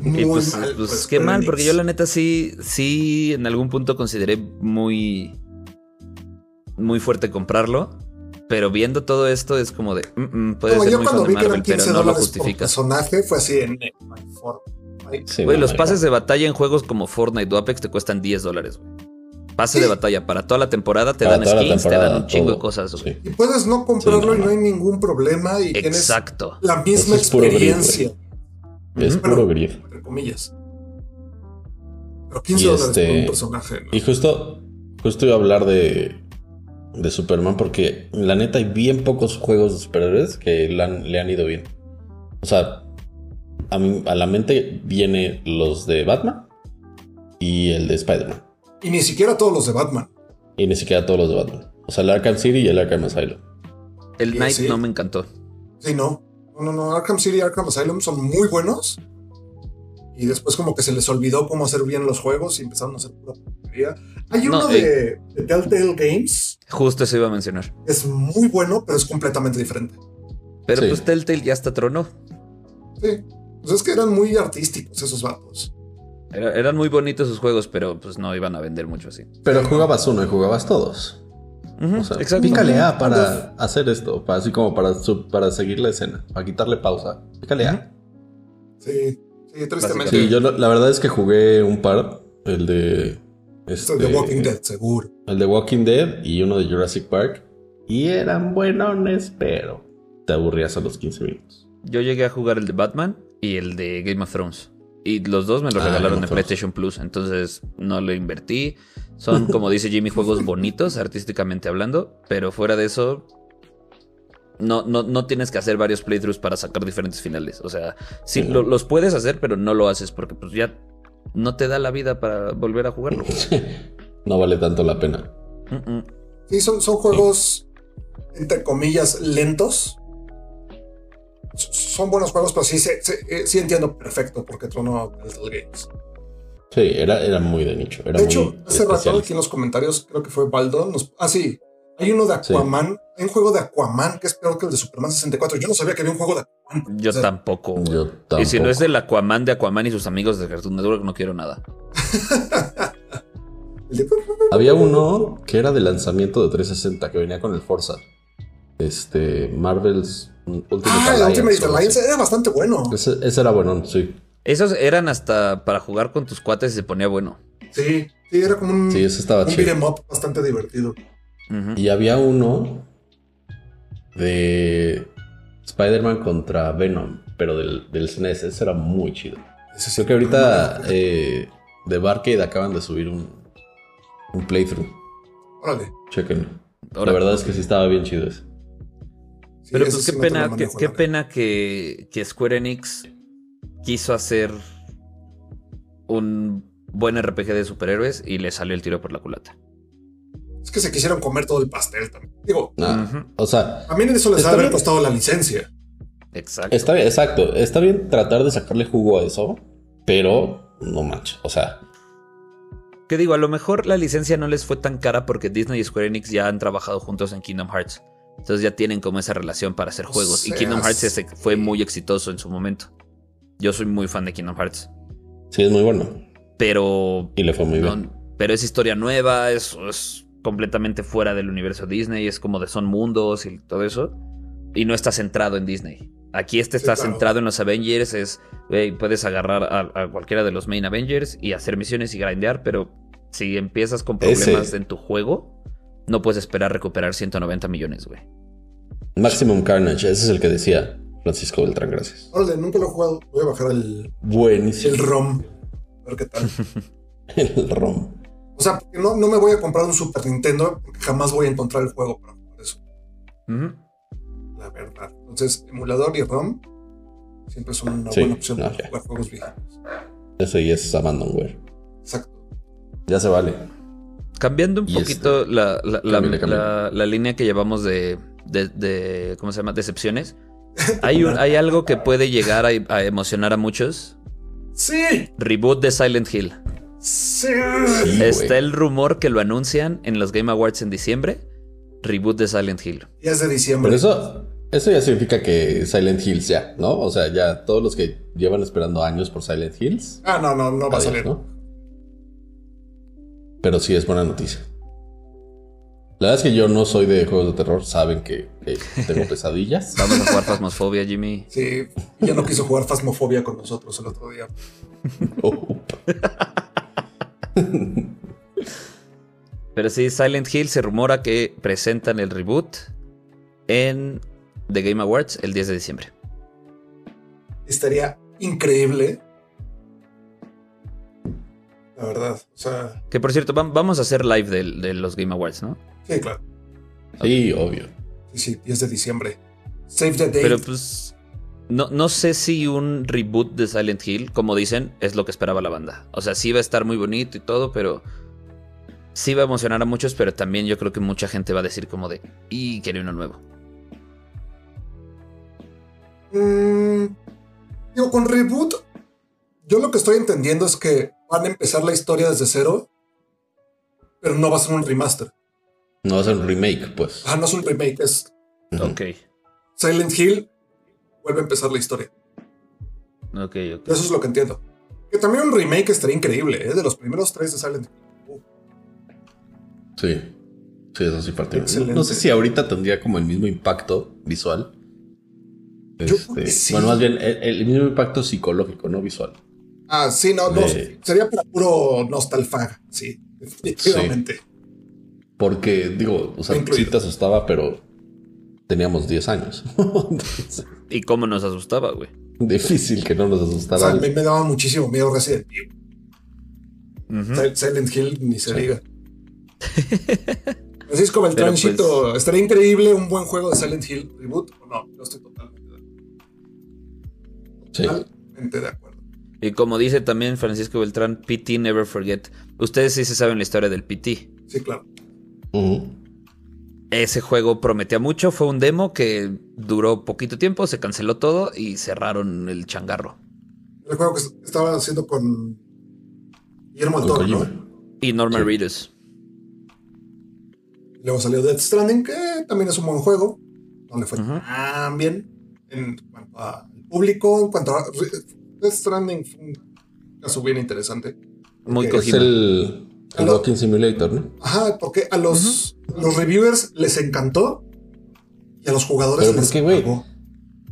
Muy
Y pues,
mal,
pues,
pues,
qué
Square
mal,
Enix.
porque yo la neta sí, sí, en algún punto consideré muy, muy fuerte comprarlo. Pero viendo todo esto es como de, mm, mm, puede
Como
ser
yo
muy fan
cuando
de
vi que
Marvel,
eran 15
pero no lo
dólares por
justifica.
personaje, fue así en. no hay forma, no hay-
Sí,
Güey,
no,
los
marica.
pases de batalla en juegos como Fortnite o Apex te cuestan 10 dólares, güey. Pase de batalla para toda la temporada, te
Para
dan
toda la
skins, te
temporada,
dan un chingo de
todo.
cosas. güey.
Sí.
Y puedes no comprarlo
Sí, no,
y no hay ningún problema y
Exacto.
tienes la misma
Eso es puro gris,
experiencia,
Es
Ujú.
puro grid.
entre comillas. Pero 15
Y
dólares por
este-
un personaje. ¿no?
Y justo, justo iba a hablar de, de Superman porque la neta hay bien pocos juegos de superhéroes que le han, le han ido bien. O sea, a, mí- a la mente viene los de Batman y el de Spider-Man.
Y ni siquiera todos los de Batman.
Y ni siquiera todos los de Batman. O sea, el Arkham City y el Arkham Asylum.
El
Sí,
Knight
sí.
no me encantó.
Sí, no. No, no, Arkham City y Arkham Asylum son muy buenos. Y después como que se les olvidó cómo hacer bien los juegos y empezaron a hacer pura porquería. Hay
No, eh,
uno de, de Telltale Games.
Justo eso iba a mencionar.
Es muy bueno, pero es completamente diferente.
Pero
Sí.
pues Telltale ya hasta tronó.
Sí. Pues es que eran muy artísticos esos vatos.
Era- eran muy bonitos sus juegos, pero pues no iban a vender mucho así.
Pero jugabas uno y jugabas todos.
Ujú,
O sea,
exacto.
pícale A para hacer esto, para- así como para, su- para seguir la escena, para quitarle pausa. Pícale A.
Sí, sí, tristemente.
Sí, yo lo- la verdad es que jugué un par, el de...
Esto de
este,
Walking Dead, seguro.
El de Walking Dead y uno de Jurassic Park. Y eran buenones, pero te aburrías a los 15 minutos. <laughs>
Yo llegué a jugar el de Batman y el de Game of Thrones. Y los dos me los
Ah,
regalaron
Game of
en
Thrones.
PlayStation Plus, entonces no lo invertí. Son, como dice
<laughs>
Jimmy, juegos bonitos artísticamente hablando, pero fuera de eso, no, no, no tienes que hacer varios playthroughs para sacar diferentes finales. O sea, sí,
Sí.
lo- los puedes hacer, pero no lo haces porque pues ya no te da la vida para volver a jugarlo.
No vale tanto la pena.
Mm, mm.
Sí, son, son juegos, entre comillas, lentos. S- Son buenos juegos, pero sí, se- se- eh, sí entiendo perfecto porque trono Telltale Games.
Sí, era, era muy de nicho. Era
De
muy
hecho, hace rato
especial.
aquí en los comentarios, creo que fue Baldo. Nos, ah, sí, hay uno de
Sí.
Aquaman. Hay un juego de Aquaman que es peor que el de Superman 64. Yo no sabía que había un juego de Aquaman.
Yo
O sea,
tampoco. güey.
Yo tampoco.
Y si no es del Aquaman de Aquaman y sus amigos de Cartoon Network, no quiero nada.
el de-
Había uno que era de lanzamiento de 360 que venía con el Forza. Este, Marvel's Ultimate
Ah, el
Alliance.
Ultimate
o algo
Alliance
así.
era bastante bueno.
Ese, ese era bueno, sí.
Esos eran hasta para jugar con tus cuates y se ponía bueno.
Sí, sí, era como un,
Sí, ese estaba
un
chido.
beat'em up bastante divertido.
Ujú.
Y había uno de Spider-Man contra Venom, pero del, del SNES. Ese era muy chido.
Ese sí
Creo que
era
ahorita
bueno.
eh, de Barcade acaban de subir un, un playthrough.
Órale.
Chequenlo. La
Ahora,
verdad es que sí estaba bien chido ese.
Sí,
pero
ese
pues
sí
qué
no te lo
pena, qué,
manejo,
qué
la neta.
pena que, que Square Enix quiso hacer un buen RPG de superhéroes y le salió el tiro por la culata.
Es que se quisieron comer todo el pastel también. Digo,
Nah.
Ujú.
O sea,
también eso les ha
Está
de haber
bien.
costado la licencia.
Exacto.
está bien, exacto. Está bien tratar de sacarle jugo a eso, pero no manches. O sea,
Que digo, a lo mejor la licencia no les fue tan cara porque Disney y Square Enix ya han trabajado juntos en Kingdom Hearts. Entonces ya tienen como esa relación para hacer
O
juegos.
sea,
y Kingdom Hearts
sí.
ese fue muy exitoso en su momento. Yo soy muy fan de Kingdom Hearts.
sí es muy bueno.
Pero
Y le fue muy bien.
No, pero es historia nueva, es, es completamente fuera del universo Disney, es como de son mundos y todo eso. Y no está centrado en Disney. Aquí este
Sí,
está
claro.
centrado en los Avengers, es, güey, puedes agarrar a, a cualquiera de los main Avengers y hacer misiones y grindear, pero si empiezas con
Ese.
problemas en tu juego, no puedes esperar recuperar 190 millones, güey.
Maximum Carnage, ese es el que decía Francisco Beltrán, gracias.
Órale, nunca lo he jugado. Voy a bajar el,
Buenísimo.
el ROM. A ver qué tal.
<laughs> El ROM.
O sea, porque no, no me voy a comprar un Super Nintendo porque jamás voy a encontrar el juego para jugar eso,
Ujú.
la verdad. Entonces, emulador y ROM siempre son una
Sí,
buena opción
no,
para
ya.
jugar juegos viejos.
Ese ya es Abandonware.
Exacto.
Ya se vale.
Cambiando un
Y este,
poquito la, la- la-
Cámbiale, cámbiale.
la- la línea que llevamos de, de- de- ¿cómo se llama? Decepciones. Hay, un- hay algo que puede llegar a, a emocionar a muchos.
Sí,
Reboot de Silent Hill.
sí.
Sí, güey.
Está el rumor que lo anuncian en los Game Awards en diciembre. Reboot de Silent Hill.
10 de diciembre.
Pero eso, eso ya significa que Silent Hills ya, ¿no? O sea, ya todos los que llevan esperando años por Silent Hills.
Ah, no, no, no va a
adiós,
salir.
¿no? Pero sí es buena noticia. La verdad es que yo no soy de juegos de terror, saben que eh,
<laughs>
tengo pesadillas.
Vamos a jugar Phasmophobia, <laughs> Jimmy.
Sí, ya no quiso jugar Fasmofobia con nosotros el otro día.
Oh,
Pero sí, Silent Hill se rumora que presentan el reboot en The Game Awards el 10 de diciembre.
Estaría increíble. La verdad. O sea,
Que por cierto, vam- vamos a hacer live del- de los Game Awards, ¿no?
sí, claro.
sí, obvio.
Sí, sí, 10 de diciembre. Save the date.
Pero pues. No, no sé si un reboot de Silent Hill, como dicen, es lo que esperaba la banda. O sea, sí va a estar muy bonito y todo, pero. Sí va a emocionar a muchos, pero también yo creo que mucha gente va a decir como de. Y quiere uno nuevo.
Mm, digo, con reboot, yo lo que estoy entendiendo es que van a empezar la historia desde cero, pero no va a ser un remaster.
No va a ser un remake, pues.
Ah, no es un remake, es
Ujú.
Ok,
Silent Hill, vuelve a empezar la historia.
ok, ok.
Eso es lo que entiendo. Que también un remake estaría increíble, ¿eh? de los primeros tres de Silent Hill.
Sí. Sí, eso sí partió. No,
Excelente.
no sé si ahorita tendría como el mismo impacto visual.
Yo creo
Este,
que sí.
Bueno, más bien el, el mismo impacto psicológico, no visual.
Ah, sí, no, no,
Sí.
sería para puro nostalfag, sí, definitivamente.
Porque, digo, o sea,
Incluido.
sí te asustaba, pero teníamos 10 años. <laughs> Entonces,
¿Y cómo nos asustaba, güey?
Difícil que no nos
O sea,
asustara.
a mí me daba muchísimo miedo Resident Evil.
Ujú.
Sil- Silent Hill ni se
¿Mm? Sí. <laughs>
diga. Francisco Beltrán,
Pero pues-
Chito, estaría increíble un buen juego de Silent Hill reboot o no, yo estoy totalmente,
Sí.
totalmente de acuerdo.
Y como dice también Francisco Beltrán, PT Never Forget. Ustedes sí se saben la historia del PT.
Sí, claro.
Ujú.
Ese juego prometía mucho, fue un demo que duró poquito tiempo, se canceló todo y cerraron el changarro.
El juego que est- estaba haciendo con Guillermo del
Con
Toro,
Kojima.
¿no?
Y Norman
Sí.
Reedus.
Y Luego salió Death Stranding, que también es un buen juego. No le fue
Ujú.
tan bien en cuanto al público, en cuanto a Death Stranding fue un caso bien interesante.
Muy
Ok.
Es
Kojima.
el, el Walking Simulator, ¿no?
Ajá, porque a los, a los reviewers les encantó y a los jugadores
Pero ¿por
les
qué, güey?
cagó.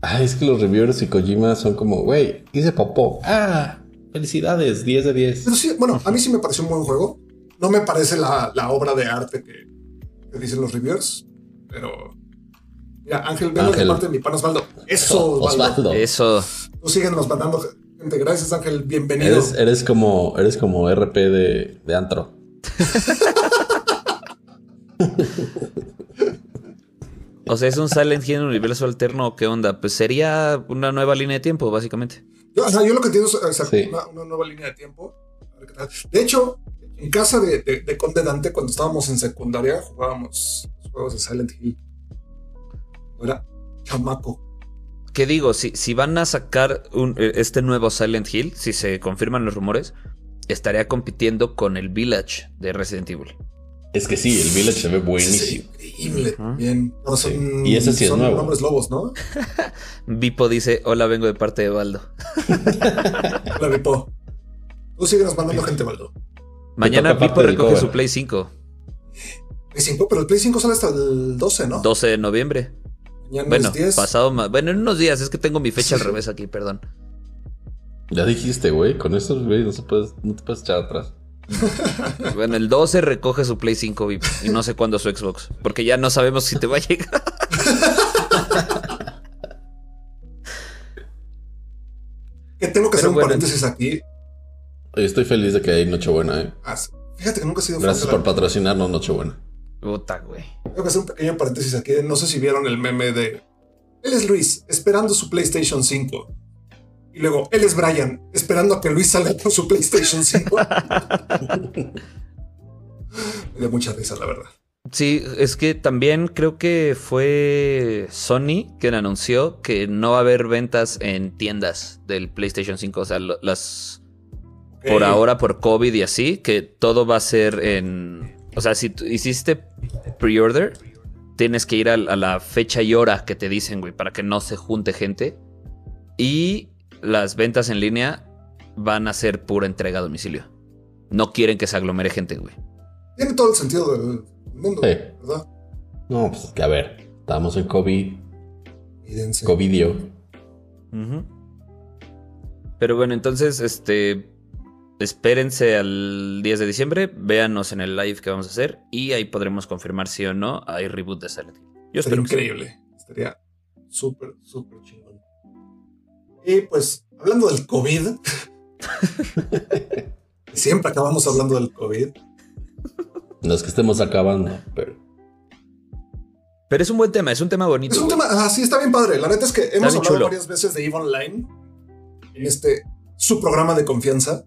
Ay, es que los reviewers y Kojima son como, güey, hice popó. Ah, felicidades, 10 de 10.
Pero sí, bueno, a mí sí me pareció un buen juego. No me parece la, la obra de arte que, que dicen los reviewers, pero. Mira, Ángel, vengo de
Ángel.
parte de mi pan Osvaldo. Eso, Osvaldo.
Osvaldo.
Eso.
Tú síguenos mandando gente. Gracias, Ángel. Bienvenido.
Eres, eres como, eres como RP de, de antro.
O sea, es un Silent Hill en un universo alterno. ¿Qué onda? Pues sería una nueva línea de tiempo, básicamente.
Yo, o sea, yo lo que entiendo es o sea,
Sí.
una, una nueva línea de tiempo. A ver qué tal. De hecho, en casa de, de- de Conde Dante, cuando estábamos en secundaria, jugábamos los juegos de Silent Hill. Yo Era chamaco.
¿Qué digo? Si, si van a sacar un- eh, este nuevo Silent Hill, si se confirman los rumores, estaría compitiendo con el Village de Resident Evil.
Es que sí, el Village se ve
Sí,
buenísimo.
increíble.
Ajá.
Bien. Ahora son,
Sí. Y ese sí es
son
nuevo.
hombres lobos, ¿no?
Vipo dice, hola, vengo de parte de Baldo.
La Vipo. Tú síguenos mandando gente, Valdo.
Mañana
toca
Vipo
parte del
recoge
cover.
su Play 5,
Play 5, pero el Play 5 sale hasta el 12, ¿no?
12 de noviembre.
Mañana
Bueno,
es 10.
pasado más. Bueno, en unos días, es que tengo mi fecha al revés aquí, perdón.
Ya dijiste, güey, con estos güey no, se puedes- no te puedes echar atrás.
Bueno, el 12 recoge su Play 5 Vipo y no sé cuándo su Xbox, porque ya no sabemos si te va a llegar.
Que tengo que
Pero
hacer un
bueno.
paréntesis aquí.
Oye, Estoy feliz de que hay Nochebuena, eh.
Ah, sí. Fíjate que nunca he sido fan
Gracias
de la-
por patrocinarnos Nochebuena.
Puta, güey.
Tengo que hacer un pequeño paréntesis aquí. No sé si vieron el meme de. Él es Luis, esperando su PlayStation 5. Y luego, él es Brian, esperando a que Luis salga con su PlayStation 5. <laughs> Me dio mucha risa, la verdad.
Sí, es que también creo que fue Sony quien anunció que no va a haber ventas en tiendas del PlayStation 5, o sea, lo- las por
Eh,
ahora por COVID y así, que todo va a ser en, o sea, si tú hiciste pre-order, tienes que ir al- a, la fecha y hora que te dicen, güey, para que no se junte gente y las ventas en línea van a ser pura entrega a domicilio. No quieren que se aglomere gente, güey.
Tiene todo el sentido del mundo,
Sí.
¿verdad?
No, pues es que a ver, estamos en COVID,
Cuídense.
COVIDio.
Ujú. Pero bueno, entonces, este. Espérense al 10 de diciembre, véanos en el live que vamos a hacer y ahí podremos confirmar si o no hay reboot de Silent Hill. Yo
Estaría
espero que sí.
increíble. Estaría súper, súper chingón. Y pues, hablando del COVID, <laughs> siempre acabamos hablando del COVID.
No es que estemos acabando, pero
Pero es un buen tema, es un tema bonito.
Es un
güey.
tema, ah, sí, está bien padre. La neta es que hemos
bien
hablado
chulo.
varias veces de EVE Online en este su programa de confianza.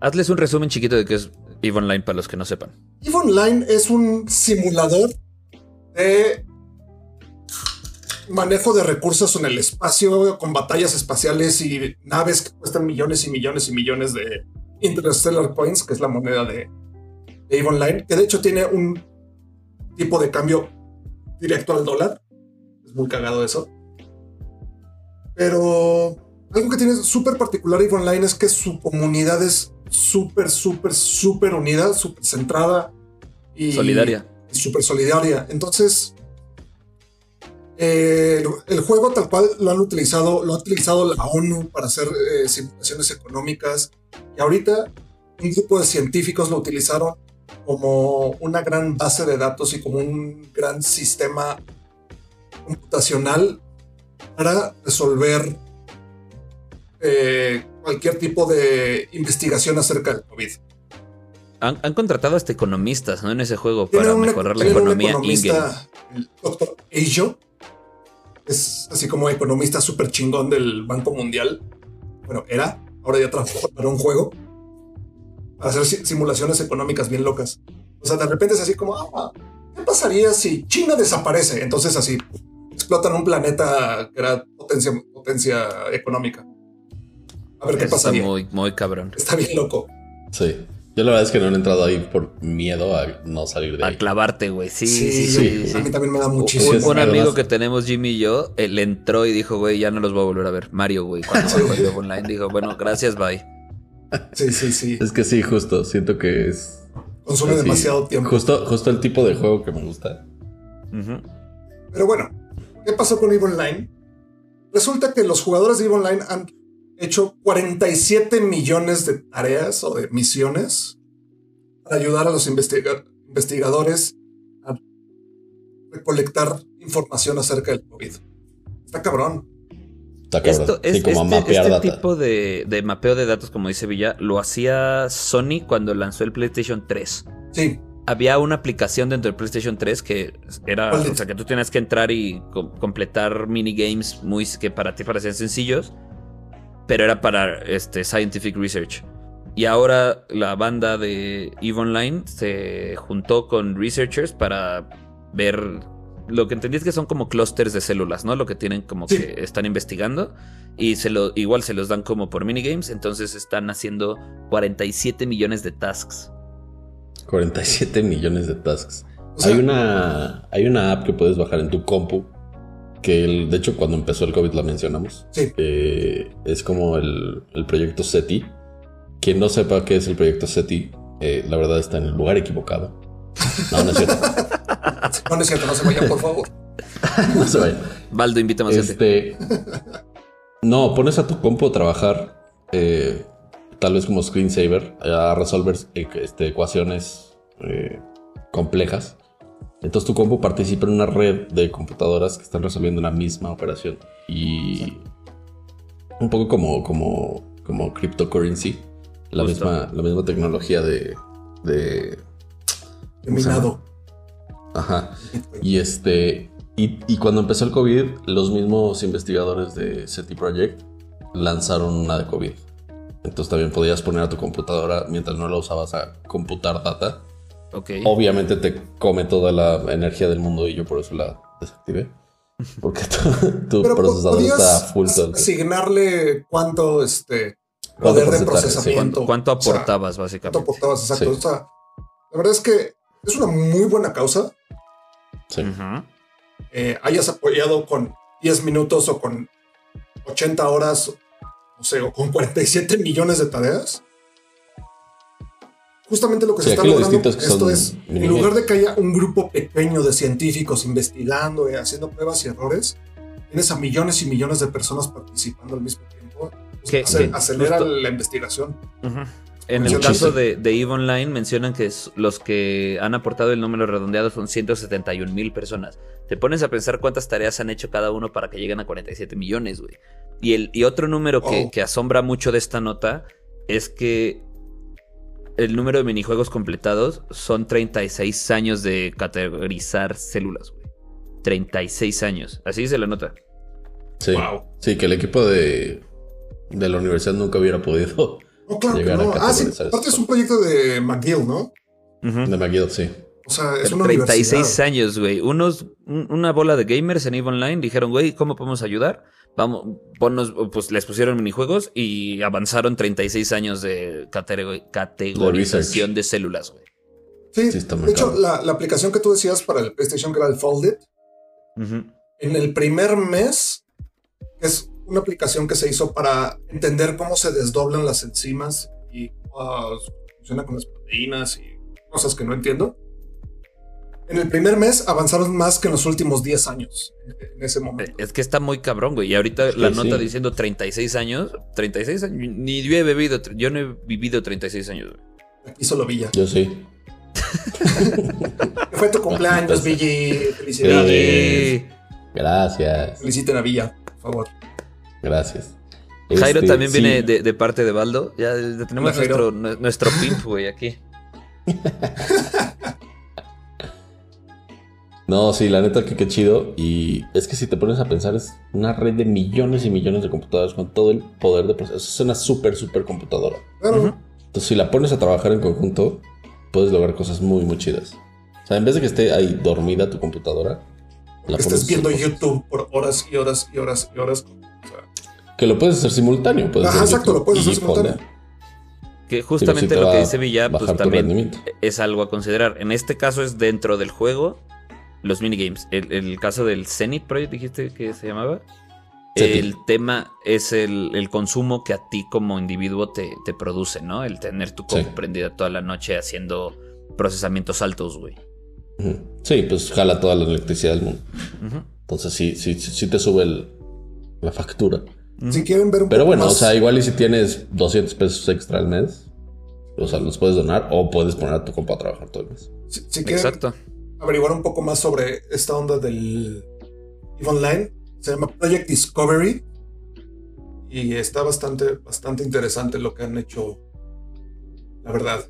Hazles un resumen chiquito de qué es EVE Online para los que no sepan.
EVE Online es un simulador de manejo de recursos en el espacio con batallas espaciales y naves que cuestan millones y millones y millones de Interstellar Points, que es la moneda de, de EVE Online, que de hecho tiene un tipo de cambio directo al dólar. Es muy cagado eso. Pero algo que tiene súper particular EVE Online es que su comunidad es súper, súper, súper unida, súper centrada y
Solidaria.
y súper solidaria. Entonces, eh, el, el juego tal cual lo han utilizado, lo ha utilizado la ONU para hacer eh, simulaciones económicas y ahorita un grupo de científicos lo utilizaron como una gran base de datos y como un gran sistema computacional para resolver eh, cualquier tipo de investigación acerca del COVID.
Han, han contratado hasta economistas, ¿no? En ese juego
Tiene
para
un-
mejorar la
tiene un
economía in-game.
economista, el doctor Ajo. Es así como economista súper chingón del Banco Mundial. Bueno, era. Ahora ya trabaja para un juego. Para hacer si- simulaciones económicas bien locas. O sea, de repente es así como, ah, ¿qué pasaría si China desaparece? Entonces así explotan un planeta que era potencia, potencia económica. A ver qué
Eso Está
pasaría.
muy, muy cabrón.
Está bien loco.
Sí. Yo la verdad es que no he entrado ahí por miedo a no salir de
A
ahí.
clavarte, güey. Sí, sí, sí.
sí.
sí.
A mí también me da muchísimo.
Un,
Muchísimas
un amigo
gracias.
que tenemos, Jimmy y yo, él entró y dijo, güey, ya no los voy a volver a ver.
<laughs>
Mario, güey, cuando
Sí.
se volvió online, dijo, bueno, gracias, bye.
Sí, sí, sí.
Es que sí, justo. Siento que es.
Consume
así,
demasiado tiempo.
Justo, justo el tipo de juego que me gusta.
Ujú.
Pero bueno, ¿qué pasó con EVE Online? Resulta que los jugadores de EVE Online han hecho 47 millones de tareas o de misiones para ayudar a los investiga- investigadores a recolectar información acerca del COVID. Está cabrón.
Está cabrón.
Esto
sí,
es
como a
este,
mapear
este
data.
tipo de, de mapeo de datos, como dice Villa, lo hacía Sony cuando lanzó el PlayStation 3.
Sí,
Había una aplicación dentro del PlayStation 3 que era,
¿Cuál de-
o sea, que tú tenías que entrar y co- completar minigames muy que para ti parecían sencillos, pero era para este scientific research. Y ahora la banda de EVE Online se juntó con researchers para ver lo que entendí es que son como clústeres de células, ¿no? Lo que tienen como
Sí.
que están investigando y se lo igual se los dan como por minigames, entonces están haciendo 47 millones de tasks.
47 millones de tasks.
O sea-
hay, una, hay una app que puedes bajar en tu compu. Que el- de hecho, cuando empezó el COVID la mencionamos.
Sí.
Eh, es como el, el proyecto SETI. Quien no sepa qué es el proyecto SETI, eh, la verdad está en el lugar equivocado. No, no es cierto. <laughs>
no, no es cierto, no se vayan, por favor.
no se vaya.
Valdo, invita más gente.
Este, no, pones a tu compu a trabajar, eh, tal vez como screensaver, a resolver eh, este, ecuaciones eh, complejas. Entonces tu compu participa en una red de computadoras que están resolviendo una misma operación. Y un poco como, como, como cryptocurrency, la
Justo.
misma, la misma tecnología de... de
Terminado.
ajá. Y este. Y, y cuando empezó el COVID, los mismos investigadores de SETI Project lanzaron una de COVID. Entonces también podías poner a tu computadora, mientras no la usabas, a computar data.
Ok.
Obviamente te come toda la energía del mundo y yo por eso la desactivé. Porque tu, tu
Pero po-
procesador está
podías
full todo el-
asignarle cuánto este
¿Cuánto
poder de
porcentaje? Sí.
procesamiento.
¿Cuánto, cuánto
O sea,
aportabas,
¿Cuánto
básicamente?
aportabas? Exacto.
Sí.
O sea, la verdad es que es una muy buena causa.
Sí.
Ujú.
eh, hayas apoyado con 10 minutos o con 80 horas, no sé, o con 47 millones de tareas. Justamente lo que
Sí,
se está
aquí lo
logrando
distinto es que
esto
son
es, en
minigames.
lugar de que haya un grupo pequeño de científicos investigando y haciendo pruebas y errores, tienes a millones y millones de personas participando al mismo tiempo. Pues,
Que-
ace-
que
acelera
justo-
la investigación.
Ujú. En el
Muchísimo.
caso de, de EVE Online mencionan que es- los que han aportado el número redondeado son 171 mil personas. Te pones a pensar cuántas tareas han hecho cada uno para que lleguen a 47 millones, güey. Y, el, y otro número que,
Wow.
que asombra mucho de esta nota es que el número de minijuegos completados son 36 años de categorizar células, güey. 36 años. Así dice la nota.
Sí.
Wow.
Sí, que el equipo de, de la universidad nunca hubiera podido. <laughs>
No, claro que
Llegar a
no. Ah, sí,
categorizar
aparte es
esto.
un proyecto de McGill, ¿no?
Ujú.
De McGill, sí.
O sea, es
Pero
una
36
universidad.
años, güey. Unos, un- una bola de gamers en EVE Online dijeron, güey, ¿cómo podemos ayudar? Vamos, ponnos, pues les pusieron minijuegos y avanzaron 36 años de catego- categorización de células, güey.
Sí,
Sí, está muy
de hecho,
cabrón.
la, la aplicación que tú decías para el PlayStation, que era el Folded,
Ujú.
en el primer mes, es una aplicación que se hizo para entender cómo se desdoblan las enzimas y cómo funciona con las proteínas y cosas que no entiendo. En el primer mes avanzaron más que en los últimos 10 años, en ese momento.
Eh, Es que está muy cabrón, güey. Y ahorita la
Sí,
nota
sí.
diciendo 36 años, 36 años, ni yo he bebido, yo no he vivido 36 años, güey.
Aquí solo Villa.
Yo sí.
Fue
<laughs>
tu cumpleaños,
Entonces-
Villa. Felicidades.
Eh. Gracias,
Feliciten a Villa, por favor.
gracias.
Jairo
Este,
también
sí.
viene de, de parte de Baldo. Ya ya tenemos
Hola, Jairo.
nuestro, nue- nuestro pimp, güey, aquí.
No, sí, la neta que qué chido. Y es que si te pones a pensar, es una red de millones y millones de computadoras con todo el poder de proceso. Es una súper, súper computadora.
Claro,
Ujú.
Entonces, si la pones a trabajar en conjunto, puedes lograr cosas muy, muy chidas. O sea, en vez de que esté ahí dormida tu computadora, la
que
pones a
estés
hacer
viendo
cosas.
YouTube por horas y horas y horas y horas. O sea,
Que lo puedes hacer simultáneo. Puedes
Ajá,
ver
exacto,
YouTube
lo puedes
y
hacer simultáneo.
poner.
Que justamente
te
lo
va
que
a
dice Villa,
Bajar
pues
tu
también
rendimiento.
es algo a considerar. En este caso es dentro del juego, los minigames. El, el caso del Zenith Project, dijiste que se llamaba.
Zenith.
El tema es el, el consumo que a ti como individuo te, te produce, ¿no? El tener tu compu
Sí.
prendida toda la noche haciendo procesamientos altos, güey.
Ujú. Sí, pues jala toda la electricidad del mundo.
Ujú.
Entonces, sí, sí, sí, sí te sube el- la factura.
Ujú.
Si quieren ver un
Pero
poco
bueno,
más-
o sea, igual y si tienes 200 pesos extra al mes, o sea, los puedes donar o puedes poner a tu compa a trabajar todo el mes.
si, si quieren
Exacto.
averiguar un poco más sobre esta onda del EVE Online, se llama Project Discovery y está bastante, bastante interesante lo que han hecho, la verdad.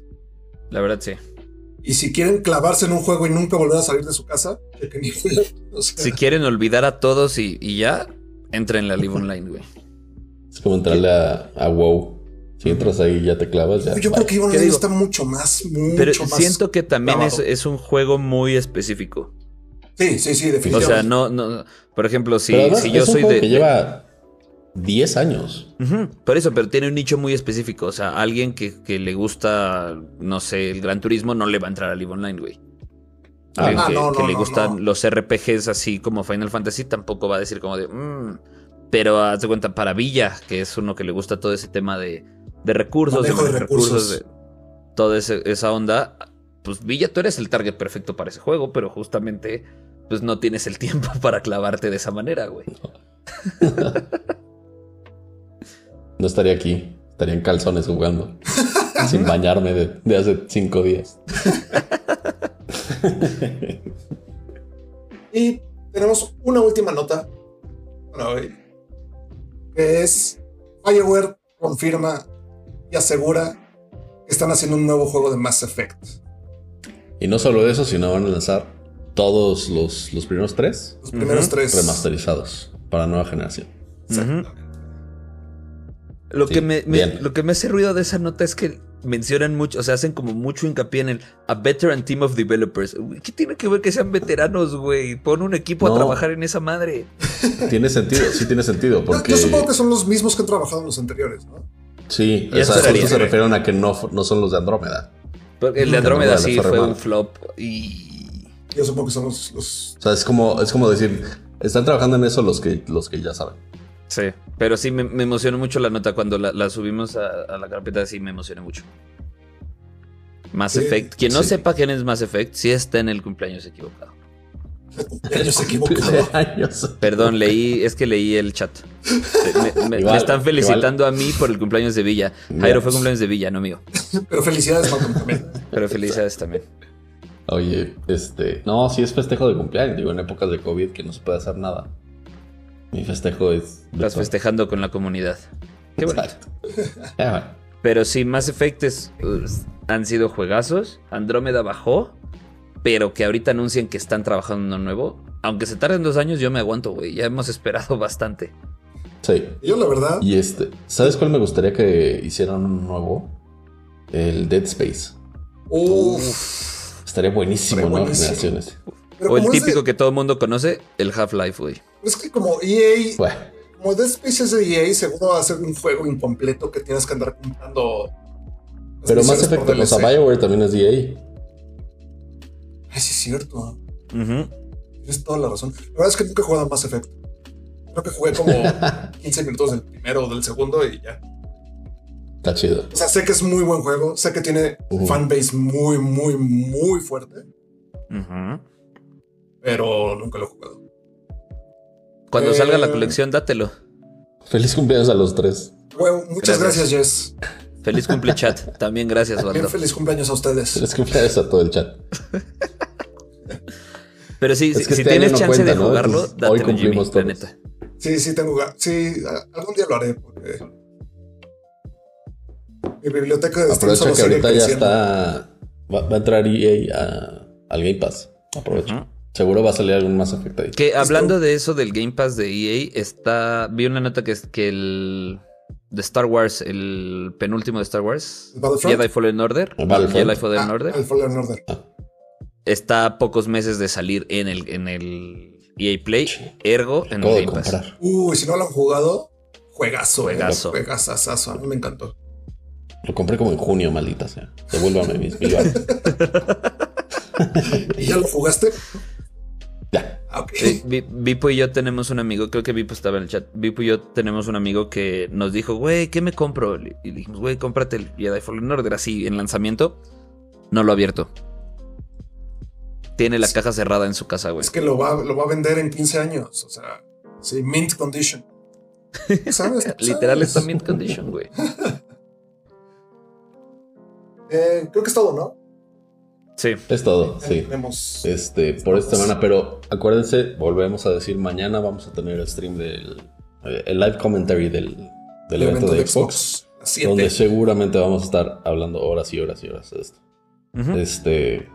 La verdad, sí.
Y si quieren clavarse en un juego y nunca volver a salir de su casa, chequen <laughs> EVE. O sea,
Si quieren olvidar a todos y, y ya, entren en la Live
<laughs>
Online, güey.
Es como entrarle a, a WoW. Si entras ahí y ya te clavas, ya.
yo
bye.
creo que EVE
¿Qué
Online
digo?
está mucho más, mucho
Pero
más.
siento que también es,
trabajo.
es un juego muy específico.
Sí, sí, sí,
O
definitivamente.
sea, no, no. Por ejemplo, si,
Pero además,
si yo
es un
soy
juego
de.
que lleva 10 años.
Ujú, por eso, pero tiene un nicho muy específico. O sea, alguien que, que le gusta, no sé, el gran turismo no le va a entrar al Live Online, güey.
Ah,
Alguien
ah,
que,
no,
que
no,
le
no,
gustan
no.
los RPGs así como Final Fantasy tampoco va a decir como de. "Mm". Pero haz de cuenta, para Villa, que es uno que le gusta todo ese tema de, de recursos,
Manejo de recursos.
de toda ese- esa onda. Pues Villa, tú eres el target perfecto para ese juego, pero justamente pues no tienes el <laughs> tiempo para clavarte de esa manera, güey.
No estaría aquí. Estaría en calzones
<laughs>
jugando. sin bañarme de, de hace 5 días.
Y tenemos una última nota para hoy, que es Fireware confirma y asegura que están haciendo un nuevo juego de Mass Effect.
Y no solo eso, sino van a lanzar todos los, los primeros tres
Los primeros
Ujú.
tres.
remasterizados para nueva generación.
Exactamente.
Lo,
Sí,
que me, me-
bien.
lo que me hace ruido de esa nota es que mencionan mucho, o sea, hacen como mucho hincapié en el a veteran team of developers. Güey, ¿Qué tiene que ver que sean veteranos, güey? Pon un equipo
No.
a trabajar en esa madre.
Tiene sentido, sí tiene sentido.
Yo-
Porque
Yo supongo que son los mismos que han trabajado en los anteriores, ¿no?
Sí,
Ya
o sea,
esperaría.
justo se refieren a que no, fu- no son los de Andrómeda.
Porque el de
Mm.
Andrómeda
Andrómeda
sí
fue re
fue
mal.
un flop y.
Yo supongo que son los, los-
<laughs>
O sea, es como, es como decir, están trabajando en eso los que, los que ya
<laughs>
saben.
Sí, pero sí me, me emocionó mucho la nota cuando la, la subimos a, a la carpeta, sí me emocionó mucho. Mass
Sí,
Effect. Quien no
sí.
sepa quién es Mass Effect, sí está en el cumpleaños equivocado.
ellos equivocados.
<laughs> Años.
Perdón, leí, es que leí
<laughs>
el chat. Me, me-
Igual,
me están felicitando a mí por el cumpleaños de Villa.
Mira,
Jairo fue
pues.
cumpleaños de Villa, no mío.
<laughs> Pero felicidades, Malcolm, también.
Pero felicidades también.
Oye, este, no, sí es festejo de cumpleaños, digo, en épocas de COVID que no se puede hacer nada. Mi festejo es...
Estás festejando con la comunidad. Qué bonito.
Exacto. Ya, bueno.
Pero sí, más efectos pues, han sido juegazos. Andrómeda bajó. Pero que ahorita anuncien que están trabajando en uno nuevo. Aunque se tarden dos años, yo me aguanto, güey. Ya hemos esperado <laughs> bastante.
Sí.
Yo, la verdad,
Y este, ¿sabes cuál me gustaría que hicieran un nuevo? El Dead Space.
uff,
Estaría buenísimo,
Estaría
¿no?
buenísimo.
Generaciones.
Pero
o el
como es de-
típico que todo el mundo conoce, el Half-Life, güey.
Es que como E EA,
Bueno,
como Dead Space es de EA, seguro va a ser un juego incompleto que tienes que andar comprando. las
pero más
misiones por
efecto, o sea,
DLC.
Bioware también es DA.
Ay, sí, es cierto.
Ujú.
Tienes toda la razón. La verdad es que nunca he jugado a Mass Effect. Creo que jugué
<laughs>
como 15 minutos del primero o del segundo y ya.
Está chido.
O sea, sé que es muy buen juego. Sé que tiene
Ujú.
fanbase muy, muy, muy fuerte.
Ujú.
Pero nunca lo he jugado.
Cuando
Eh,
salga la colección, dátelo.
Feliz cumpleaños a los tres.
Bueno, muchas
Gracias.
gracias, Jess.
Feliz cumple chat. También gracias,
Bien
Waldo.
feliz cumpleaños a ustedes.
Feliz cumpleaños a todo el chat.
Pero sí, si,
Es que
si
este año
tienes
no
chance
cuenta,
de
¿no?
jugarlo,
Entonces, hoy
dátelo, Jimmy,
cumplimos
la
todos.
neta.
Sí, sí, tengo ga- Sí, a- algún día lo haré porque. Mi biblioteca de Steam
Aprovecha
solo
que
sigue
ahorita ya
creciendo.
está. Va, va a entrar EA a- al Game Pass. Aprovecha.
Ujú.
Seguro va a salir algún más efecto ahí.
Que hablando de eso del Game Pass de EA, está. Vi una nota que es que el. De Star Wars, el penúltimo de Star Wars.
Battlefront?
Jedi Fallen Order.
El Battlefront.
Jedi Fallen
Ah,
Order.
El Fallen Order.
Está a pocos meses de salir en el, en el EA Play.
Sí.
Ergo en el
Acabo de
Game Pass.
comprar.
Uy, si no lo han jugado, juegazo.
Juegazo.
Juegazo. Juegazazazo. A mí me encantó.
Lo compré como en junio, maldita sea. Devuélvame mis millones.
¿Y ya lo jugaste?
Ya.
Ah, ok.
Eh, <laughs> Vi- Vipo y yo tenemos un amigo, creo que Vipo estaba en el chat. Vipo y yo tenemos un amigo que nos dijo, güey, ¿qué me compro? Y le dijimos, güey, cómprate el Jedi Fallen Order así en lanzamiento. No lo ha abierto. Tiene la caja cerrada en su casa, güey.
Es que lo va, lo va a vender en 15 años. O sea, sí, mint
<laughs>
condition. ¿Sabes?
Literal
¿Sabes?
está mint condition, güey.
Eh, creo que es todo, ¿no?
Sí.
Es todo,
Ya
sí.
Tenemos.
Este, por esta semana, pero acuérdense, volvemos a decir mañana vamos a tener el stream del eh, el live commentary del, del
el
evento de Xbox,
a siete.
donde seguramente vamos a estar hablando horas y horas y horas de esto.
Ujú.
Este,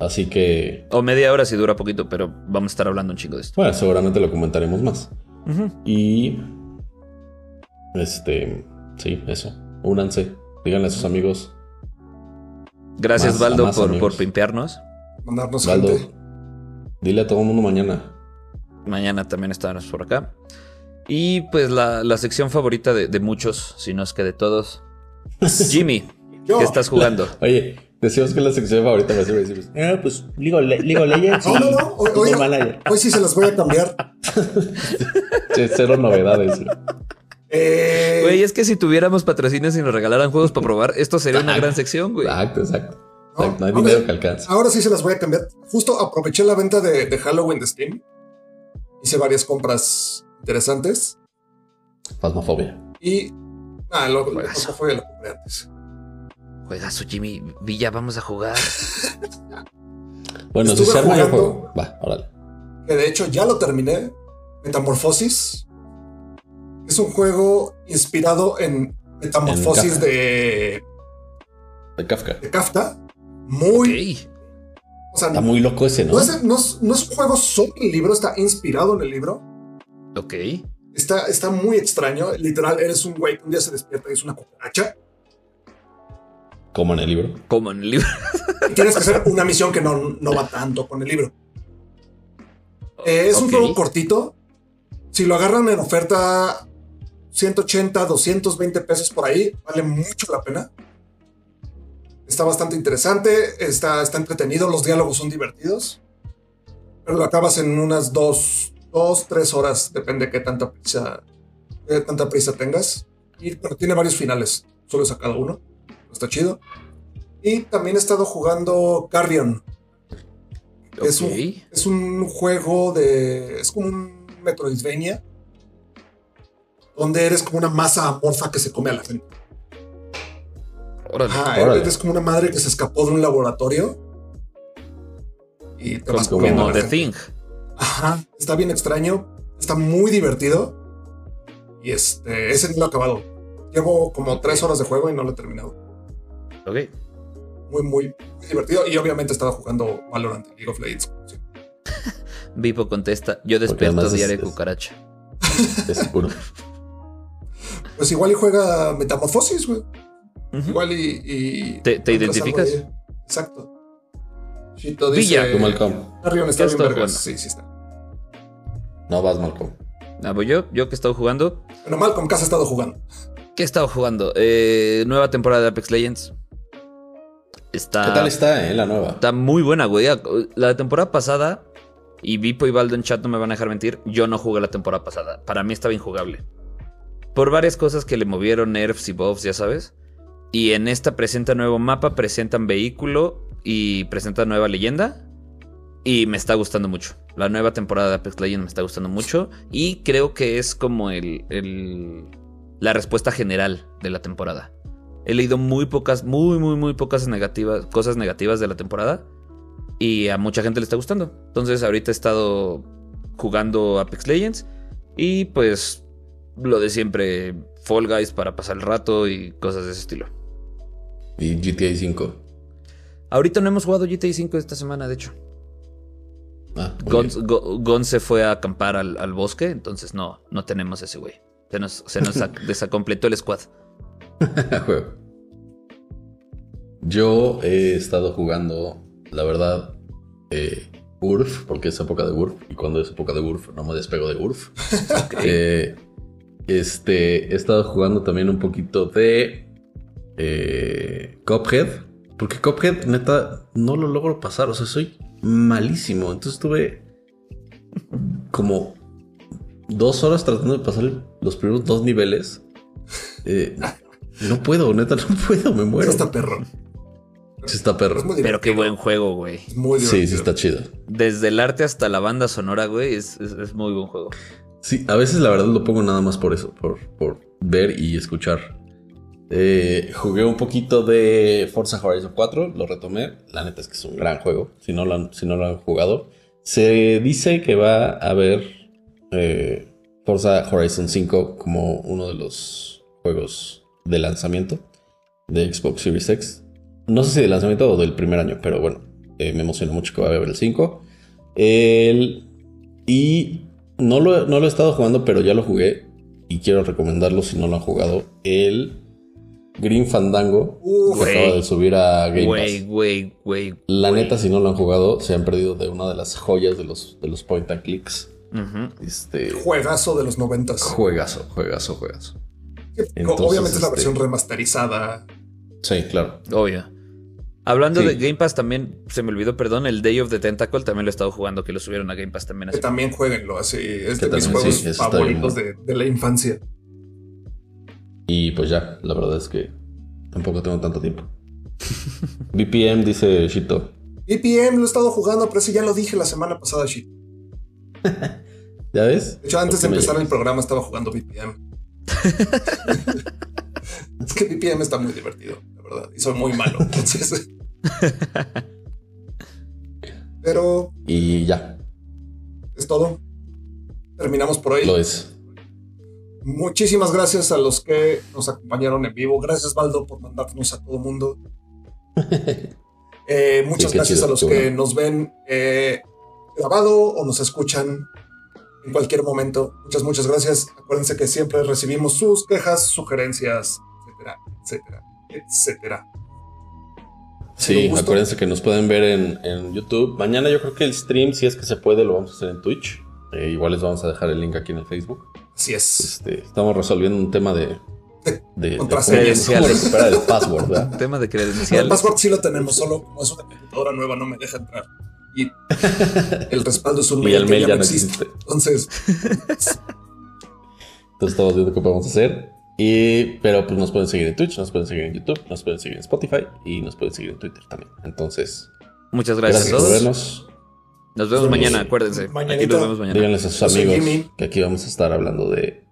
así que,
O media hora si dura poquito, pero vamos a estar hablando un chingo de esto.
bueno, seguramente lo comentaremos más.
Ujú.
Y este, sí, eso. Únanse, díganle a sus amigos,
Gracias,
Más-
Valdo,
más
por,
amigos.
por pimpearnos.
Mandarnos
Valdo,
gente.
dile a todo el mundo mañana.
Mañana también estaremos por acá. Y pues la, la sección favorita de, de muchos, si no es que
<laughs>
de todos. Jimmy,
Yo.
¿qué estás jugando?
Oye, decimos que la sección favorita me sirve decimos, ah, pues League of, Le- League of
<laughs>
Legends
No, no, no. Hoy,
y
hoy-
Football Manager".
hoy sí se las voy a
<laughs>
cambiar.
Sí, Cero novedades. güey.
Eh,
Güey, es que si tuviéramos patrocinios y nos regalaran juegos para probar, esto sería
Ah.
una gran sección, güey.
Exacto, exacto.
No,
Exacto, No hay
ahora-
dinero que alcance.
Ahora sí se las voy a cambiar. Justo aproveché la venta de, de Halloween de Steam. Hice varias compras interesantes. Ah.
Fasmofobia.
Y. Ah, lo, lo,
Pues.
Juegazo.
lo fue lo compré antes.
Juegazo, Jimmy. Villa, vamos a jugar.
Bueno, si
Estuve
se arma el
jugando-
juego. Va, órale.
Que de hecho ya lo terminé. Metamorfosis. Es un juego inspirado en Metamorfosis
En Kafka.
de,
De Kafka.
de Kafka. Muy.
Ok.
O sea,
Está muy loco ese, ¿no?
no es, no es- no es un juego sobre el libro, está inspirado en el libro.
Ok.
Está, está muy extraño. Literal, eres un güey que un día se despierta y es una cucaracha.
Como en el libro.
Como en el libro.
Y tienes que hacer una misión que no, no va tanto con el libro. Eh, es un
Ok.
juego cortito. Si lo agarran en oferta 180, 220 pesos por ahí, vale mucho la pena. Está bastante interesante, está, está entretenido, los diálogos son divertidos. Pero lo acabas en unas dos, dos, tres horas, depende qué tanta prisa, qué tanta prisa tengas. Y pero tiene varios finales, solo saca cada uno. Está chido. Y también he estado jugando Carrion. Es
Ok.
un, es un juego de. Es como un Metroidvania. Donde eres como una masa amorfa que se come a la gente.
Órale.
Ajá,
Órale.
eres como una madre que se escapó de un laboratorio. Y te vas
Como,
comiendo. a la
The
gente.
Thing.
Ajá, está bien extraño. Está muy divertido. Y este, ese no lo he acabado. Llevo como tres horas de juego y no lo he terminado.
Ok.
Muy, muy, muy divertido. Y obviamente estaba jugando Valorant y League of Legends. Sí.
Vipo contesta: Yo despierto
además es-
diario de
es-
cucaracha.
Es puro.
Pues igual y juega Metamorfosis, güey.
Ujú.
Igual y. y
¿Te-
encuentras
te
algo
identificas?
ahí. Exacto. Chito
Villa.
dice.
Tú, Malcolm.
Carrion está
Ya
bien
está
vergas.
bueno.
Sí, sí está.
No vas, Malcolm.
Ah, pues yo, yo que he estado jugando.
Pero Malcolm Casa ha estado jugando.
¿Qué he estado jugando? Eh, nueva temporada de Apex Legends. Está.
¿Qué
Ah.
tal está, eh? La nueva.
Está muy buena, güey. La temporada pasada, y Vipo y Baldo en chat no me van a dejar mentir, yo no jugué la temporada pasada. Para mí estaba injugable. Por varias cosas que le movieron nerfs y buffs, ya sabes. Y en esta presenta nuevo mapa, presentan vehículo y presenta nueva leyenda. Y me está gustando mucho. La nueva temporada de Apex Legends me está gustando mucho. Y creo que es como el- el la respuesta general de la temporada. He leído muy pocas, muy, muy, muy pocas negativas, cosas negativas de la temporada. Y a mucha gente le está gustando. Entonces ahorita he estado jugando Apex Legends. Y pues lo de siempre, Fall Guys para pasar el rato y cosas de ese estilo.
Y GTA 5.
Ahorita no hemos jugado GTA V esta semana, de hecho.
Ah, muy
Gon,
bien.
Go- Gon se fue a acampar al, al bosque, entonces no, no tenemos ese güey. Se nos, se
<laughs>
nos ac- desacompletó el squad.
A <laughs> juego. Yo he estado jugando, la verdad, eh, URF, porque es época de URF, y cuando es época de URF no me despego de URF. <laughs> Eh, este, he estado jugando también un poquito de eh, Cuphead, porque Cuphead, neta, no lo logro pasar, o sea, soy malísimo. Entonces tuve como dos horas tratando de pasar los primeros dos niveles. Eh, no puedo, neta, no puedo, me
Bueno.
muero.
está perro.
Sí está perro.
Es muy
Pero
divertido.
qué buen juego, güey.
Es muy divertido.
Sí, sí está chido.
Desde el arte hasta la banda sonora, güey, es, es- es muy buen juego.
Sí, a veces la verdad lo pongo nada más por eso, por, por ver y escuchar. Eh, jugué un poquito de Forza Horizon 4, lo retomé. La neta es que es un gran juego, si no lo han, si no lo han jugado. Se dice que va a haber eh, Forza Horizon 5 como uno de los juegos de lanzamiento de Xbox Series X. No sé si de lanzamiento o del primer año, pero bueno, eh, me emociona mucho que va a haber el 5. El, y no lo, no lo he estado jugando, pero ya lo jugué. Y quiero recomendarlo si no lo han jugado. El Green Fandango.
Uf,
que acaba
güey.
de subir a Game
Güey,
Pass.
güey, güey.
La
güey.
neta, si no lo han jugado, se han perdido de una de las joyas de los, de los point and clicks.
Ujú.
Este.
Juegazo de los noventas.
Juegazo, juegazo, juegazo.
Que,
Entonces,
Obviamente es la
este-
versión remasterizada.
Sí, claro.
Obvio. Hablando
Sí.
de Game Pass también, se me olvidó, perdón, el Day of the Tentacle también lo he estado jugando, que lo subieron a Game Pass también
Que
hace
también jueguenlo así. Es
Que
de mis
también,
juegos
sí, eso está bien,
favoritos
¿no?
de, de la infancia.
Y pues ya, la verdad es que tampoco tengo tanto tiempo. BPM dice Shito.
BPM lo he estado jugando, pero ese ya lo dije la semana pasada, shit.
¿Ya ves?
De hecho, antes de
¿Por qué me
empezar el
llamas?
programa estaba jugando
<laughs>
BPM. es que BPM está muy divertido, la verdad. Y soy muy malo.
<laughs>
entonces. Pero
Y ya,
es todo. Terminamos por hoy.
lo es.
Muchísimas gracias a los que nos acompañaron en vivo. Gracias, Baldo, por mandarnos a todo
<laughs>
mundo. Eh, muchas
Sí, qué
gracias
chido,
a los
qué
que
bueno.
nos ven eh, grabado o nos escuchan en cualquier momento. Muchas, muchas gracias. Acuérdense que siempre recibimos sus quejas, sugerencias, etcétera, etcétera, etcétera.
Sí,
gusto.
acuérdense que nos pueden ver en, en YouTube. Mañana yo creo que el stream, si es que se puede, lo vamos a hacer en Twitch. Eh, igual les vamos a dejar el link aquí en el Facebook.
Así es.
Este, estamos resolviendo un tema de... de- de, cómo-
Contraseñas.
cómo recuperar el password, ¿verdad?
tema de
El
credenciales.
password sí lo tenemos, solo como es una computadora nueva, no me deja entrar.
<laughs>
Y el respaldo es <laughs> un
Y
mail
el
que
mail
ya
ya
no
no
existe.
existe.
Entonces,
Entonces estamos viendo qué podemos hacer. Y, pero pues nos pueden seguir en Twitch, nos pueden seguir en YouTube, nos pueden seguir en Spotify y nos pueden seguir en Twitter también. Entonces,
Muchas gracias,
gracias,
a
por
todos.
vernos.
Nos vemos
Nos vemos
mañana, acuérdense. Aquí
mañanita.
nos vemos mañana.
Díganles a sus
Yo soy
amigos
Jimmy.
que aquí vamos a estar hablando de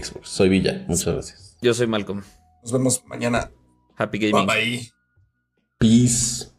Xbox. Soy Villa, muchas gracias.
Yo soy Malcolm.
nos vemos mañana.
Happy
Bye
Gaming.
bye.
Peace.